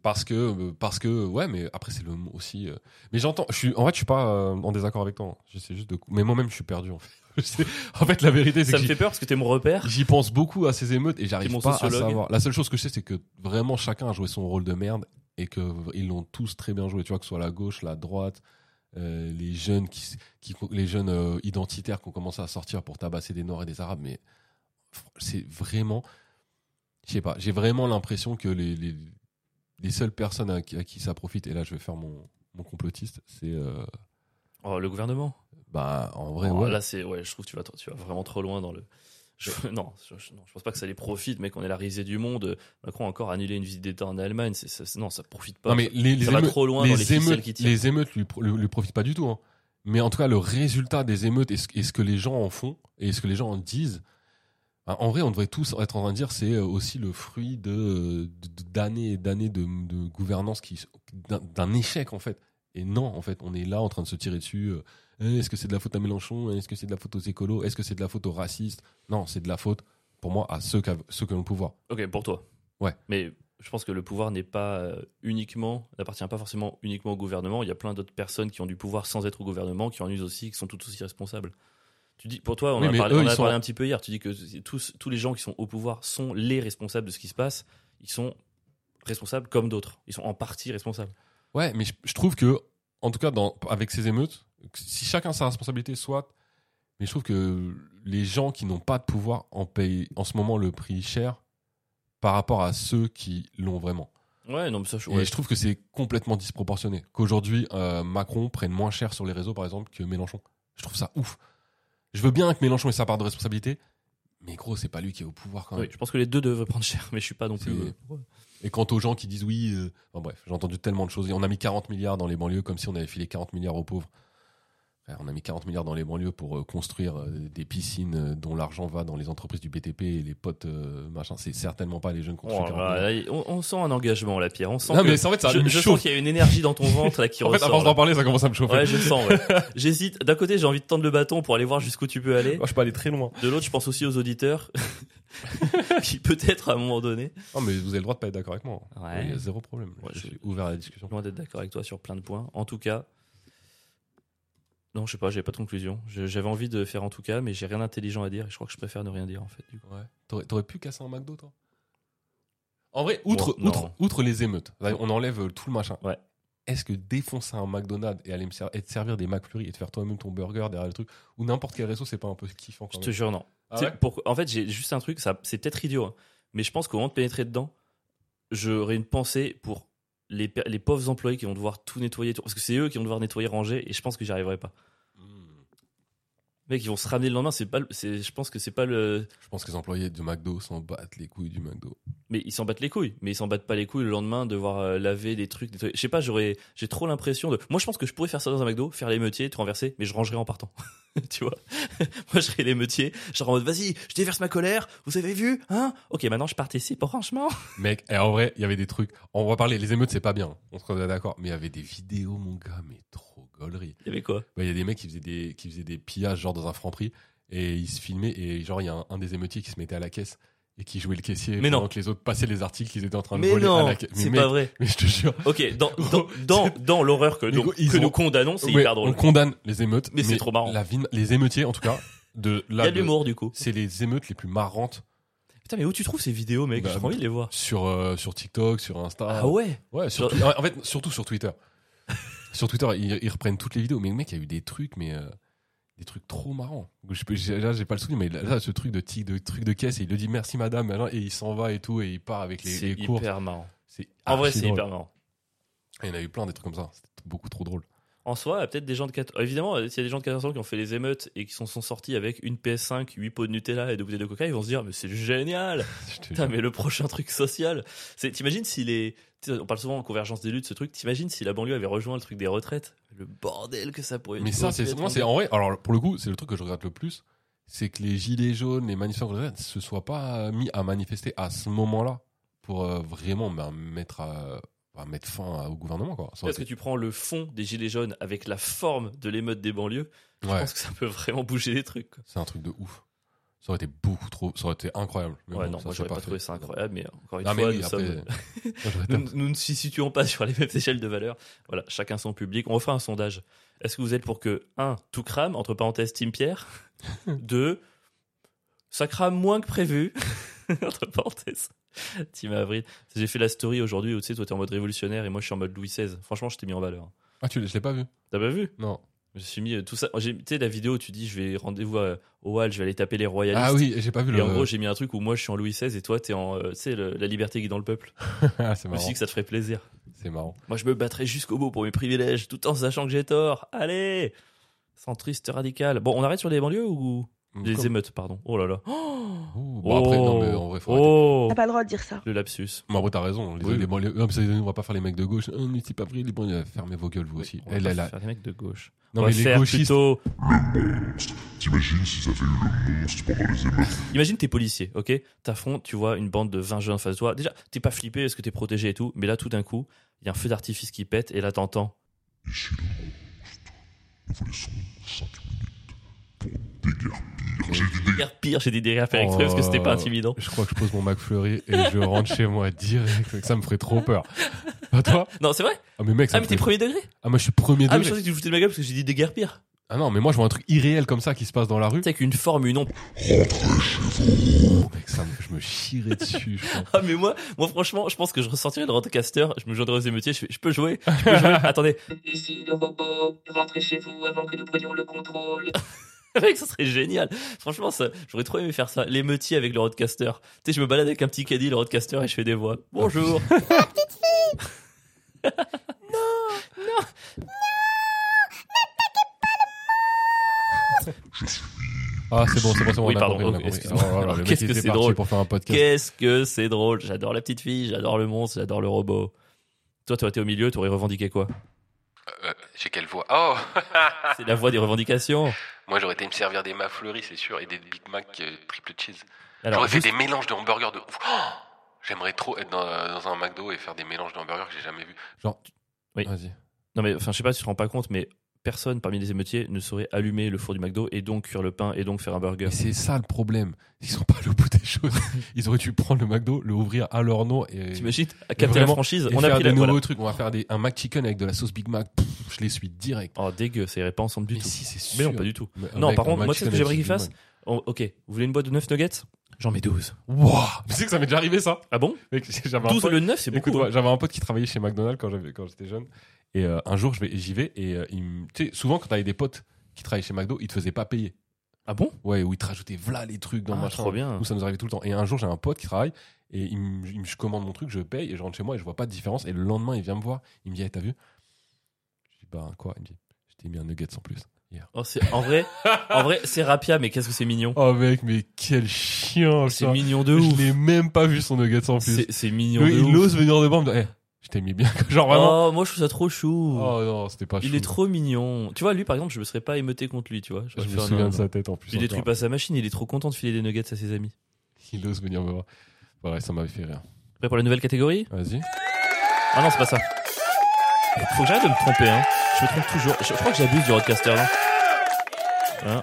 Parce que, euh, parce que, ouais, mais après, c'est le mot aussi. euh. Mais j'entends, je suis, en fait, je suis pas euh, en désaccord avec toi. hein. Je sais juste de. Mais moi-même, je suis perdu, en fait. Je sais- en fait, la vérité, c'est Ça que me j'y- fait peur parce que t'es mon repère. j'y pense beaucoup à ces émeutes et j'arrive T'es mon pas sociologue. à savoir. La seule chose que je sais, c'est que vraiment chacun a joué son rôle de merde et que ils l'ont tous très bien joué. Tu vois, que ce soit la gauche, la droite, euh, les jeunes qui, s- qui, les jeunes euh, identitaires qui ont commencé à sortir pour tabasser des Noirs et des Arabes, mais c'est vraiment, je sais pas, j'ai vraiment l'impression que les, les, les seules personnes à qui, à qui ça profite, et là je vais faire mon, mon complotiste, c'est, euh, Oh, le gouvernement. bah, en vrai, Oh, ouais. Là, c'est... Ouais, je trouve que tu vas, tu vas vraiment trop loin dans le... Je- Non, je, je- non, je pense pas que ça les profite, mec. On est la risée du monde. Macron a encore annulé une visite d'État en Allemagne. C'est, ça- c'est- non, ça profite pas. Non, mais les, les ça va émeutes- trop loin dans les ficelles émeutes, qui tirent. les émeutes lui, pro- lui, lui profitent pas du tout. hein. Mais en tout cas, le résultat des émeutes et ce, et ce que les gens en font et ce que les gens en disent, hein, en vrai, on devrait tous être en train de dire c'est euh, aussi le fruit de de- d'années et d'années de, de gouvernance qui d'un- d'un échec en fait. Et non, en fait, on est là en train de se tirer dessus. euh, Eh, Est-ce que c'est de la faute à Mélenchon eh, Est-ce que c'est de la faute aux écolos Est-ce que c'est de la faute aux racistes Non, c'est de la faute pour moi à ceux qui av- ceux qui ont le pouvoir. Ok, pour toi. Ouais. Mais je pense que le pouvoir n'est pas euh, uniquement, n'appartient pas forcément uniquement au gouvernement. Il y a plein d'autres personnes qui ont du pouvoir sans être au gouvernement, qui en usent aussi, qui sont tout aussi responsables. Tu dis, pour toi, on Oui, en a, mais parlé, eux, on en ils a sont- parlé un petit peu hier. Tu dis que tous, tous les gens qui sont au pouvoir sont les responsables de ce qui se passe. Ils sont responsables comme d'autres. Ils sont en partie responsables. Ouais, mais je, je trouve que, en tout cas, dans, avec ces émeutes, si chacun sa responsabilité, soit. Mais je trouve que les gens qui n'ont pas de pouvoir en payent en ce moment le prix cher par rapport à ceux qui l'ont vraiment. Ouais, non, mais ça, je, Et ouais, je trouve que c'est complètement disproportionné. Qu'aujourd'hui, euh, Macron prenne moins cher sur les réseaux, par exemple, que Mélenchon. Je trouve ça ouf. Je veux bien que Mélenchon ait sa part de responsabilité, mais gros, c'est pas lui qui est au pouvoir quand même. oui, je pense que les deux devraient prendre cher, mais je suis pas non plus. C'est- euh, pour eux. Et quant aux gens qui disent oui, euh, enfin bref, j'ai entendu tellement de choses. Et on a mis 40 milliards dans les banlieues comme si on avait filé 40 milliards aux pauvres. Ouais, on a mis 40 milliards dans les banlieues pour euh, construire euh, des piscines euh, dont l'argent va dans les entreprises du BTP et les potes euh, machin. C'est certainement pas les jeunes qui ont fait Oh 40 là milliards. là, on, on sent un engagement, la Pierre. On sent Non, que- mais en fait, ça je, me je sens chauffe. qu'il y a une énergie dans ton ventre là qui En fait, à ressort. force là. d'en parler, ça commence à me chauffer. Ouais, je le sens. ouais. J'hésite. D'un côté, j'ai envie de tendre le bâton pour aller voir jusqu'où tu peux aller. Moi, je peux aller très loin. De l'autre, je pense aussi aux auditeurs qui peut-être à un moment donné. Non, mais vous avez le droit de pas être d'accord avec moi. Ouais. Il y a zéro problème. Ouais, je je- suis ouvert à la discussion. Loin d'être d'accord avec toi sur plein de points. En tout cas, non, je sais pas. J'ai pas de conclusion. Je- J'avais envie de faire en tout cas, mais j'ai rien d'intelligent à dire. Et je crois que je préfère ne rien dire en fait. du coup. Ouais. T'aurais, t'aurais pu casser un McDo, toi En vrai, outre, Bon, non. outre, outre les émeutes, là, on enlève euh, tout le machin. Ouais. Est-ce que défoncer un McDonald's et aller me ser- et te servir des McFlurry et te faire toi-même ton burger derrière le truc, ou n'importe quel resto, c'est pas un peu kiffant Je quand te même jure non. Ah Tu sais, ouais pour- en fait, j'ai juste un truc. Ça, c'est peut-être idiot, hein, mais je pense qu'au moment de pénétrer dedans, j'aurais une pensée pour les, pe- les pauvres employés qui vont devoir tout nettoyer, tout- parce que c'est eux qui vont devoir nettoyer, ranger, et je pense que j'y arriverai pas. Hmm. Mec, ils vont se ramener le lendemain. C'est pas, le- c'est, je pense que c'est pas le. Je pense que les employés de McDo s'en battent les couilles du McDo. Mais ils s'en battent les couilles. Mais ils s'en battent pas les couilles le lendemain de devoir euh, laver des trucs. nettoyer. Je sais pas. J'aurais, j'ai trop l'impression de. Moi, je pense que je pourrais faire ça dans un McDo, faire l'émeutier, tout renverser, mais je rangerai en partant. tu vois. Moi, je serais l'émeutier. Genre en mode, vas-y, je déverse ma colère. Vous avez vu, hein Ok, maintenant je participe. Franchement. Mec, et en vrai, il y avait des trucs. On va parler, les émeutes, c'est pas bien, on se d'accord, mais il y avait des vidéos, mon gars, mais trop gaulerie. Il y avait quoi Bah, Il y a des mecs qui faisaient des, qui faisaient des pillages genre dans un franc prix et ils se filmaient et genre il y a un, un des émeutiers qui se mettait à la caisse et qui jouait le caissier Mais pendant non. que les autres passaient les articles qu'ils étaient en train de Mais voler à non, la caisse. Mais, c'est mec, pas vrai. mais je te jure, Ok, dans dans Gros, dans, dans l'horreur que Mais nous, gros, ils que ont- nous condamnons, c'est ouais, hyper on drôle. condamne les émeutes. Mais c'est trop marrant. la vie- les émeutiers en tout cas, de Il y là, a de de- l'humour du coup. c'est les émeutes les plus marrantes Putain, mais où tu trouves ces vidéos, mec Bah, J'ai trop envie de les voir. sur, euh, sur TikTok, sur Insta. Ah ouais. Ouais, sur Twi- en fait, surtout sur Twitter. sur Twitter, ils, ils reprennent toutes les vidéos. Mais le mec, il y a eu des trucs, mais euh, des trucs trop marrants. Je peux- j'ai- là, j'ai pas le souvenir, mais là, là, ce truc de, ti- de truc de caisse, et il le dit merci madame, machin, et il s'en va et tout, et il part avec les, C'est les cours. hyper marrant. C'est En vrai, archi c'est drôle. hyper marrant. Et Il y en a eu plein des trucs comme ça. C'était beaucoup trop drôle. En soi, il y a peut-être des gens de 14 Évidemment, euh, s'il y a des gens de 14 ans qui ont fait les émeutes et qui sont, sont sortis avec une PS5, 8 pots de Nutella et deux bouteilles de coca, ils vont se dire Mais c'est génial Je te Putain, jure. mais le prochain truc social c'est T'imagines si les. tu sais, On parle souvent en convergence des luttes, ce truc. T'imagines si la banlieue avait rejoint le truc des retraites Le bordel que ça pourrait Mais ça, c'est moi, c'est en vrai. Alors, pour le coup, c'est le truc que je regrette le plus. C'est que les gilets jaunes, les manifestants, ne se soient pas euh, mis à manifester à ce moment-là pour euh, vraiment ben, mettre, à- à mettre fin à- au gouvernement. Quoi. Ça aurait Parce que tu prends le fond des gilets jaunes avec la forme de l'émeute des banlieues, été- je Ouais. pense que ça peut vraiment bouger les trucs. quoi. C'est un truc de ouf. Ça aurait été beaucoup trop. Ça aurait été incroyable. Mais ouais, bon, non, ça, moi c'est j'aurais pas, fait. trouvé ça incroyable, mais encore une Non, mais fois, oui, nous après. sommes- Moi, j'aurais été- Nous, nous ne nous situons pas sur les mêmes échelles de valeur. Voilà, chacun son public. On refait un sondage. Est-ce que vous êtes pour que 1. Tout crame, entre parenthèses Team Pierre 2. Ça crame moins que prévu, entre parenthèses Team Avril. J'ai fait la story aujourd'hui où tu sais, toi t'es en mode révolutionnaire et moi je suis en mode Louis XVI. Franchement, je t'ai mis en valeur. Ah, tu l'as- je l'ai pas vu. T'as pas vu Non. Je me suis mis euh, tout ça. j'ai- Tu sais, la vidéo où tu dis je vais rendez-vous à- au Hall, je vais aller taper les royalistes. Ah oui, j'ai pas vu Et le. en gros, j'ai mis un truc où moi je suis en Louis XVI et toi t'es en, euh, tu sais, le- la liberté guidant le peuple. Ah, c'est Je me suis marrant. dit que ça te ferait plaisir. C'est marrant. Moi, je me battrai jusqu'au bout pour mes privilèges, tout en sachant que j'ai tort. Allez Centriste radical. Bon, on arrête sur les banlieues ou Des Comme- émeutes, pardon. Oh là là. Ouh, Oh, bon, après, non, mais en vrai, faut arrêter. Oh T'as pas le droit de dire ça. Le lapsus. Bon, en vrai, t'as raison. Les, Oui. les- les- les- les- on va pas faire les mecs de gauche. Un multi pas pris, les bons, euh, fermez vos gueules, vous aussi. On va Eh pas là, là. faire les mecs de gauche. Non, on mais va les faire gauchistes. plutôt. T'imagines si ça fait eu le monstre pendant les émeutes Imagine t'es policier, ok T'affrontes, tu vois, une bande de 20 jeunes en face de toi. Déjà, t'es pas flippé parce que t'es protégé et tout, mais là, tout d'un coup, il y a un feu d'artifice qui pète et là, t'entends. Ici le monstre. Nous vous laissons 5 minutes pour déguerpir. J'ai dit déguerpir. Pire, pire, j'ai dit derrière Oh. faire exprès parce que c'était pas intimidant. Je crois que je pose mon McFlurry et je rentre chez moi direct. Ça me ferait trop peur. À toi Non, c'est vrai Ah, mais mec, ça Ah, me mais t'es ferait- premier degré Ah, moi, je suis premier Ah, mais degré. je pensais que tu te foutais de ma gueule parce que j'ai dit déguerpir. Ah non, mais moi, je vois un truc irréel comme ça qui se passe dans la rue. Tu sais, avec une forme, une ombre. Oh, mec, ça, me- je me chierais dessus. je crois. Ah, mais moi, moi, franchement, je pense que je ressortirais le Rodecaster, je me joindrais aux émeutiers, je, fais, je peux jouer, je peux jouer. Attendez, Ici le robot, rentrez chez vous avant que nous prenions le contrôle. mec, ça serait génial. Franchement, ça, j'aurais trop aimé faire ça. L'émeutier avec le Rodecaster. Tu sais, je me balade avec un petit caddie, le Rodecaster, et je fais des voix. Bonjour. Je suis Ah, c'est bon, c'est bon, c'est bon. Oui, on a pardon, compris, on a oh, compris. excuse-moi. Oh là là, le mec Qu'est-ce que était c'est parti drôle. pour faire un podcast. Qu'est-ce que c'est drôle J'adore la petite fille, j'adore le monstre, j'adore le robot. Toi, t'aurais été au milieu, t'aurais revendiqué quoi Euh, J'ai quelle voix Oh C'est la voix des revendications. Moi j'aurais été me servir des McFlurry, c'est sûr, et des Big Mac euh, triple cheese. Alors, J'aurais fait juste- des mélanges de hamburgers de ouf. Oh J'aimerais trop être dans, euh, dans un McDo et faire des mélanges de hamburgers que j'ai jamais vu. Oui. Vas-y. non mais enfin, je sais pas si tu te rends pas compte, mais personne parmi les émeutiers ne saurait allumer le four du McDo et donc cuire le pain et donc faire un burger. Mais c'est ça le problème. Ils sont pas allés au bout des choses. Ils auraient dû prendre le McDo, le ouvrir à leur nom et, et T'imagines à Capter la vraiment, franchise, on a faire pris des la nouveaux voilà. trucs. On va faire des, un McChicken avec de la sauce Big Mac. Pff, je les suis direct. Oh dégueu, ça irait pas ensemble du mais tout. si, c'est sûr. Mais non, pas du tout. Mais un Non, mec par en contre, moi, tu sais ce que McChicken j'aimerais avec Big qu'ils fassent Mac. Oh, Ok, vous voulez une boîte de 9 nuggets J'en mets 12. Wouah Tu sais que ça m'est déjà arrivé ça Ah bon Mec, J'avais un 12 pote- au lieu de 9, c'est beaucoup. Écoute-moi, hein. j'avais un pote qui travaillait chez McDonald's quand j'avais quand j'étais jeune. Et euh, un jour, je vais- j'y vais et euh, il me- tu sais, souvent quand t'avais des potes qui travaillaient chez McDo, ils te faisaient pas payer. Ah bon Ouais, où ils te rajoutaient voilà les trucs dans Ah, le machin. Trop bien. Nous, ça nous arrivait tout le temps. Et un jour, j'ai un pote qui travaille et il me, il me- je commande mon truc, je paye et je rentre chez moi et je vois pas de différence. Et le lendemain, il vient me voir, il me dit, Eh, t'as vu Je dis, bah quoi Il me dit, je t'ai mis un nugget sans plus. Oh, c'est- en vrai, en vrai, c'est rapia, mais qu'est-ce que c'est mignon. Oh mec, mais quel chien C'est ça mignon de Je ouf. n'ai même pas vu son nugget sans plus. C'est c'est mignon Lui, de il ouf. ose venir devant me dire, Eh, je t'ai mis bien. Genre vraiment. Oh, moi je trouve ça trop chou. Oh non, c'était pas il chou. est trop mignon. Tu vois, lui par exemple, je me serais pas émeuté contre lui, tu vois. Je J'aurais me fait un- souviens non, de non. sa tête en plus. Il encore. détruit pas sa machine, il est trop content de filer des nuggets à ses amis. Il ose venir me voir. Voilà, ça m'avait fait rire. Prêt pour la nouvelle catégorie Vas-y. Ah non, c'est pas ça. Faut que j'arrête de me tromper, hein. Je me trompe toujours. Je, je crois que j'abuse du roadcaster, là. Hein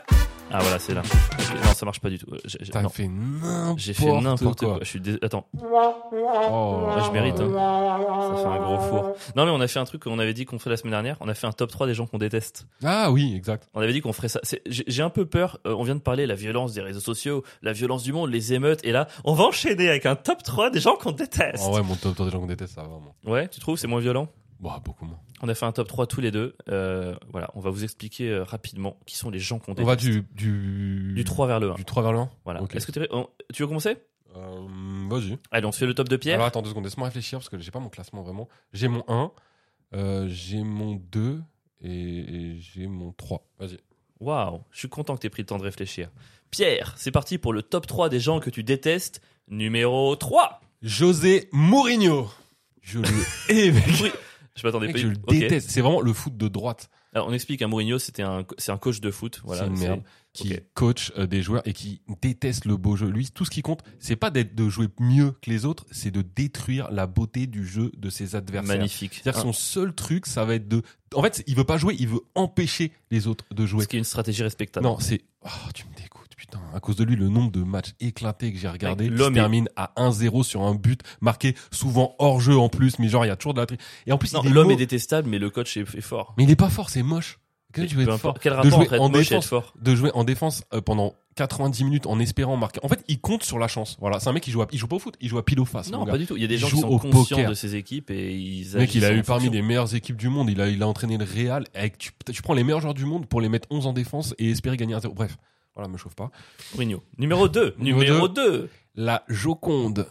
ah voilà, c'est là. Ok, Non, ça marche pas du tout. Euh, j'ai- j'ai- T'as non. fait n'importe J'ai fait n'importe quoi. Je suis dés- Attends, Oh, Ah, je mérite, hein. ça fait fait un gros four. Non mais on a fait un truc qu'on avait dit qu'on ferait la semaine dernière. On a fait un top 3 des gens qu'on déteste. Ah oui, exact. On avait dit qu'on ferait ça. C'est- J'ai j'ai un peu peur. euh, on vient de parler de la violence des réseaux sociaux, la violence du monde, les émeutes. Et là, on va enchaîner avec un top 3 des gens qu'on déteste. En vrai, mon top 3 des gens qu'on déteste, ça va vraiment. Ouais, tu trouves c'est moins violent Bah, beaucoup moins. On a fait un top 3 tous les deux. Euh, voilà, on va vous expliquer euh, rapidement qui sont les gens qu'on On déteste. va du. Du, Du 3 vers le 1. Du 3 vers le 1 Voilà. Ok. Est-ce que t'es- on- tu veux commencer Euh, Vas-y. Allez, on se fait le top de Pierre. Alors attends deux secondes, laisse-moi réfléchir parce que j'ai pas mon classement vraiment. J'ai mon 1, euh, j'ai mon 2 et, et j'ai mon 3. Vas-y. Waouh, je suis content que t'aies pris le temps de réfléchir. Pierre, c'est parti pour le top 3 des gens que tu détestes. Numéro 3 José Mourinho. Je le hais, mec. Oui, je m'attendais Eh, Mec, pas. je le Ok. déteste. C'est vraiment le foot de droite. Alors, on explique, un Mourinho, c'était un, c'est un coach de foot. Voilà, C'est une merde. qui Ok. coach euh, des joueurs et qui déteste le beau jeu. Lui, tout ce qui compte, c'est pas d'être de jouer mieux que les autres, c'est de détruire la beauté du jeu de ses adversaires. Magnifique. Ah. C'est-à-dire son seul truc, ça va être de. En fait, il veut pas jouer, il veut empêcher les autres de Un- jouer. Ce qui est une stratégie respectable. Non, c'est. Oh, tu me dégoûtes, putain. À cause de lui, le nombre de matchs éclatés que j'ai regardé, Mec, l'homme l'homme termine à 1-0 sur un but marqué souvent hors jeu en plus, mais genre il y a toujours de la tri. Et en plus, Non, il est l'homme mo- est détestable, mais le coach est, est fort. mais il est pas fort, c'est moche. Comment Et tu veux peu être fort importe. Quel de rapport jouer entre être en moche et être défense fort de jouer en défense euh, pendant 90 minutes en espérant marquer. En fait, il compte sur la chance. Voilà, c'est un mec qui joue, à- il joue pas au foot, il joue à pile au face. Non, mon gars. pas du tout. Il y a des Il gens qui joue sont au conscients poker. de ses équipes et ils Le mec, agissent il a en eu parmi fonction. les meilleures équipes du monde. Il a, il a entraîné le Real. Avec, tu, tu prends les meilleurs joueurs du monde pour les mettre 11 en défense et espérer gagner un 0. Bref, voilà, me chauffe pas. Mourinho. Numéro 2. Numéro Numéro 2. La Joconde,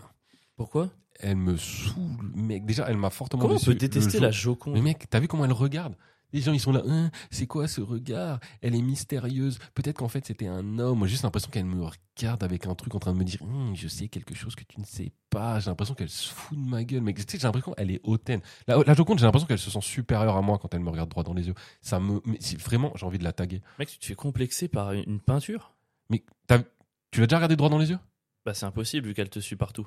Pourquoi elle me saoule, mec. Déjà, elle m'a fortement Comment on déçu. peut détester le la jour- Mais Joconde mec, t'as vu comment elle regarde Les gens, ils sont là. Hein, c'est quoi ce regard Elle est mystérieuse. Peut-être qu'en fait, c'était un homme. Moi, j'ai juste l'impression qu'elle me regarde avec un truc en train de me dire Hum, Je sais quelque chose que tu ne sais pas. J'ai l'impression qu'elle se fout de ma gueule. Mais tu sais, j'ai l'impression qu'elle est hautaine. La, la Joconde, j'ai l'impression qu'elle se sent supérieure à moi quand elle me regarde droit dans les yeux. Ça me. mais c'est- vraiment, j'ai envie de la taguer. Mec, tu te fais complexer par une- une peinture Mais t'as- tu l'as déjà regardé droit dans les yeux Bah, c'est impossible vu qu'elle te suit partout.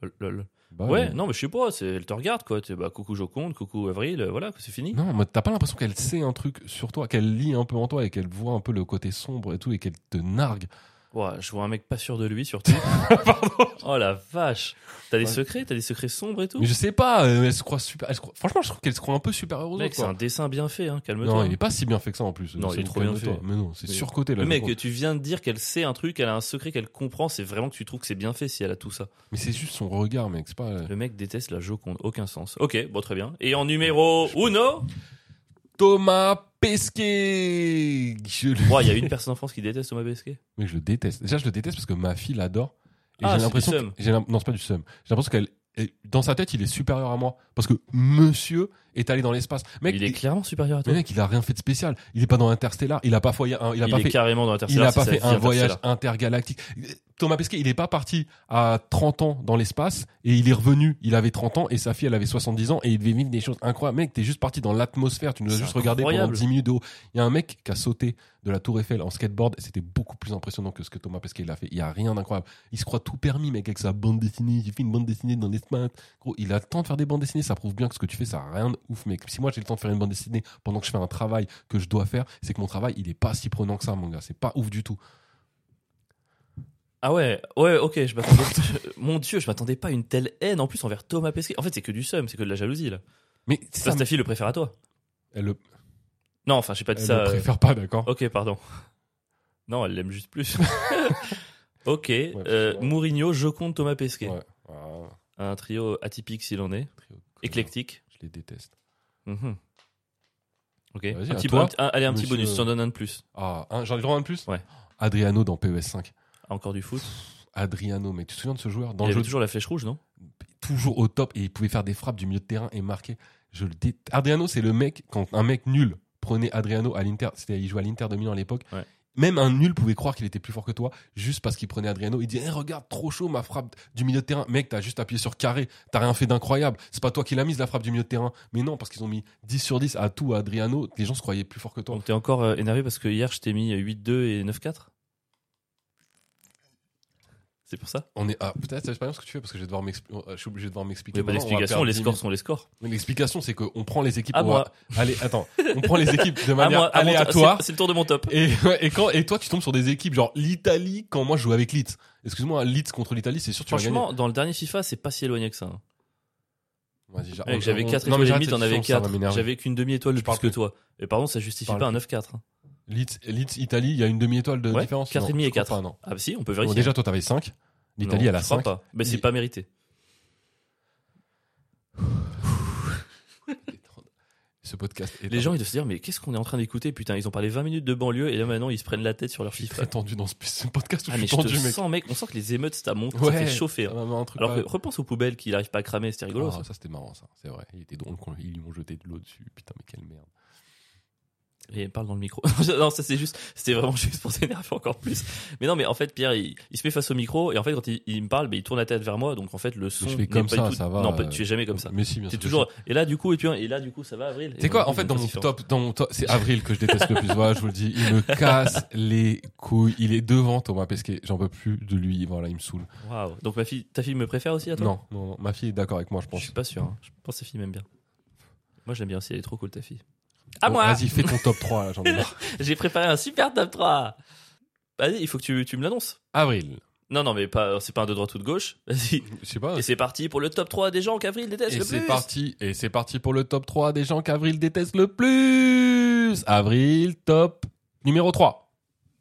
Lol, lol. Bah, ouais, mais- non, mais je sais pas, c'est- elle te regarde quoi. T'es, bah, coucou Joconde, coucou Avril, euh, voilà, c'est fini. Non, mais t'as pas l'impression qu'elle sait un truc sur toi, qu'elle lit un peu en toi et qu'elle voit un peu le côté sombre et tout et qu'elle te nargue. Ouah, je vois un mec pas sûr de lui surtout. Pardon. Oh la vache. T'as des Ouais. secrets, t'as des secrets sombres et tout. Mais je sais pas, euh, elle se croit super. elle se croit- Franchement, je trouve qu'elle se croit un peu supérieure aux Mec, autres. c'est quoi. un dessin bien fait, hein, calme-toi. Non, il est pas si bien fait que ça en plus. Non, C'est il est une trop bien conne de fait. toi. Mais non, c'est Oui. surcoté là. Le je mec, euh, comprends. tu viens de dire qu'elle sait un truc, elle a un secret qu'elle comprend, c'est vraiment que tu trouves que c'est bien fait si elle a tout ça. Mais c'est juste son regard, mec. C'est pas. euh, Le mec déteste la Joconde, aucun sens. Ok, bon, très bien. Et en numéro uno Thomas Pesquet. Je le. Ouah, il y a une personne en France qui déteste Thomas Besquet. Mec, je le déteste. Déjà, je le déteste parce que ma fille l'adore. Et Ah, c'est j'ai du l'impression. que- seum. j'ai l'im- Non, c'est pas du seum. J'ai l'impression qu'elle. et Dans sa tête, il est supérieur à moi parce que Monsieur est allé dans l'espace. Mec, il est il- clairement supérieur à Mais toi. mec, il a rien fait de spécial. Il est pas dans Interstellar. Il a pas foyer- un- il a il pas est fait, carrément dans il Interstellar. a pas c'est fait sa vie un voyage Interstellar. intergalactique. Thomas Pesquet, il est pas parti à 30 ans dans l'espace et il est revenu. Il avait 30 ans et sa fille, elle avait 70 ans et il devait vivre des choses incroyables. Mec, t'es juste parti dans l'atmosphère. Tu nous as C'est juste regardé pendant incroyable. 10 minutes de haut. Il y a un mec qui a sauté de la Tour Eiffel en skateboard et c'était beaucoup plus impressionnant que ce que Thomas Pesquet l'a fait. Il y a rien d'incroyable. Il se croit tout permis, mec, avec sa bande dessinée. J'ai fait une bande dessinée dans l'espace. Gros, il a le temps de faire des bandes dessinées, ça prouve bien que ce que tu fais, ça a rien de ouf, mec. Si moi j'ai le temps de faire une bande dessinée pendant que je fais un travail que je dois faire, c'est que mon travail, il est pas si prenant que ça, mon gars. C'est pas ouf du tout. Ah ouais, ouais, ok, je m'attendais. Mon dieu, je m'attendais pas à une telle haine en plus envers Thomas Pesquet. En fait, c'est que du seum, c'est que de la jalousie là. Mais ça, Ça, ta fille le préfère à toi. elle le, Non, enfin, j'ai pas dit elle ça. le euh, préfère pas, d'accord Ok, pardon. Non, elle l'aime juste plus. ok, euh, c'est bon. Mourinho, je compte Thomas Pesquet. Ouais. Ah, Un trio atypique s'il en est, trio de connards. éclectique. Je les déteste. Mhm. Ok, Vas-y, un à petit, toi, un petit- un- allez, un petit monsieur- bonus, je t'en donne un de plus. Ah, hein, j'en ai le droit à un de plus Ouais. Adriano dans PES5. Encore du foot. Adriano, mais tu te souviens de ce joueur Dans Il le avait jeu, toujours la flèche rouge, non toujours au top et il pouvait faire des frappes du milieu de terrain et marquer. Je le dé- Adriano, c'est le mec, quand un mec nul prenait Adriano à l'Inter, c'était il jouait à l'Inter de Milan à l'époque. Ouais. Même un nul pouvait croire qu'il était plus fort que toi juste parce qu'il prenait Adriano. Il dit Eh, Regarde, trop chaud ma frappe du milieu de terrain. Mec, t'as juste appuyé sur carré. T'as rien fait d'incroyable. C'est pas toi qui l'as mise la frappe du milieu de terrain. Mais non, parce qu'ils ont mis 10 sur 10 à tout à Adriano. Les gens se croyaient plus fort que toi. Donc t'es encore euh, énervé parce que hier je t'ai mis 8-2 et 9-4 C'est pour ça On est ah, Peut-être, c'est pas bien ce que tu fais parce que je vais devoir m'expli- euh, je suis obligé de devoir Il n'y m'expliquer. a pas Maintenant, on va d'explication, perdre les 10 scores minutes. sont les scores. Mais L'explication, c'est qu'on prend les équipes. À on moi. va- Allez, attends. On prend les équipes de À manière Ah, moi, à mon- aléatoire. c'est- C'est le tour de mon top. Et, ouais, et quand, et toi, tu tombes sur des équipes genre l'Italie quand moi je joue avec Leeds. Excuse-moi, hein, Leeds contre l'Italie, c'est sûr que tu vas gagner. Franchement, dans le dernier FIFA, c'est pas si éloigné que ça. hein. Vas-y, j'a- on- Mec, Ah, J'avais on- 4 non, mais étoiles et j'arrête demie, t'en cette avais séance, ça va 4. m'énerver. J'avais qu'une demi-étoile de Je parle plus que toi. Mais par contre, ça justifie parle pas un plus. 9-4. hein. Leeds, Leeds, Italie, il y a une demi-étoile de Ouais, différence. quatre Non, et demi je et crois quatre. pas, non. Ah bah si, on peut Bon, vérifier. déjà, toi, t'avais 5. L'Italie, Non, elle a je crois 5. pas. Mais c'est Il- pas mérité. Ce podcast est Les gens, ils doivent se dire, mais qu'est-ce qu'on est en train d'écouter Putain, ils ont parlé 20 minutes de banlieue et là maintenant, ils se prennent la tête sur leur Je suis FIFA. très tendu dans ce, ce podcast où Ah, je mais suis je tendu, te mec. sens, mec. On sent que les émeutes, ça monte, ça Ouais. fait chauffer. hein. Ça m'a mis un truc Alors que pas- repense aux poubelles qu'il arrive pas à cramer, c'était rigolo. Ah, ça. ça, c'était marrant, ça. C'est vrai. Il était drôle qu'on- Ils lui ont jeté de l'eau dessus. Putain, mais quelle merde. Et elle parle dans le micro. non, ça c'est juste, c'était vraiment juste pour t'énerver encore plus. Mais non, mais en fait, Pierre, il, il se met face au micro et en fait, quand il, il me parle, mais il tourne la tête vers moi, donc en fait, le son. je fais n'est comme pas ça, du tout- ça va, Non, pas- euh, tu es jamais comme ça. Mais si, bien T'es sûr. toujours. Et là, du coup, et puis et là, du coup, ça va, Avril. C'est quoi En fait, dans mon top, dans mon top, c'est Avril que je déteste le plus. Voilà, je vous le dis, il me casse les couilles. Il est devant Thomas Pesquet. J'en peux plus de lui. Voilà, il me saoule. Waouh. Donc ma fille, ta fille me préfère aussi à toi Non, non, non, ma fille est d'accord avec moi, je Je pense. suis pas sûr. hein. Je pense que ta fille m'aime bien. Moi, j'aime bien aussi. Elle est trop cool, ta fille. À Bon, Ah, moi Vas-y, fais ton top 3, là, j'en ai marre. J'ai préparé un super top 3 Vas-y, il faut que tu, tu me l'annonces. Avril. Non, non, mais pas, c'est pas un de droite ou de gauche. Vas-y. Je sais pas. Et c'est parti pour le top 3 des gens qu'Avril déteste Et le plus. c'est parti. Et c'est parti pour le top 3 des gens qu'Avril déteste le plus. Avril, top numéro 3.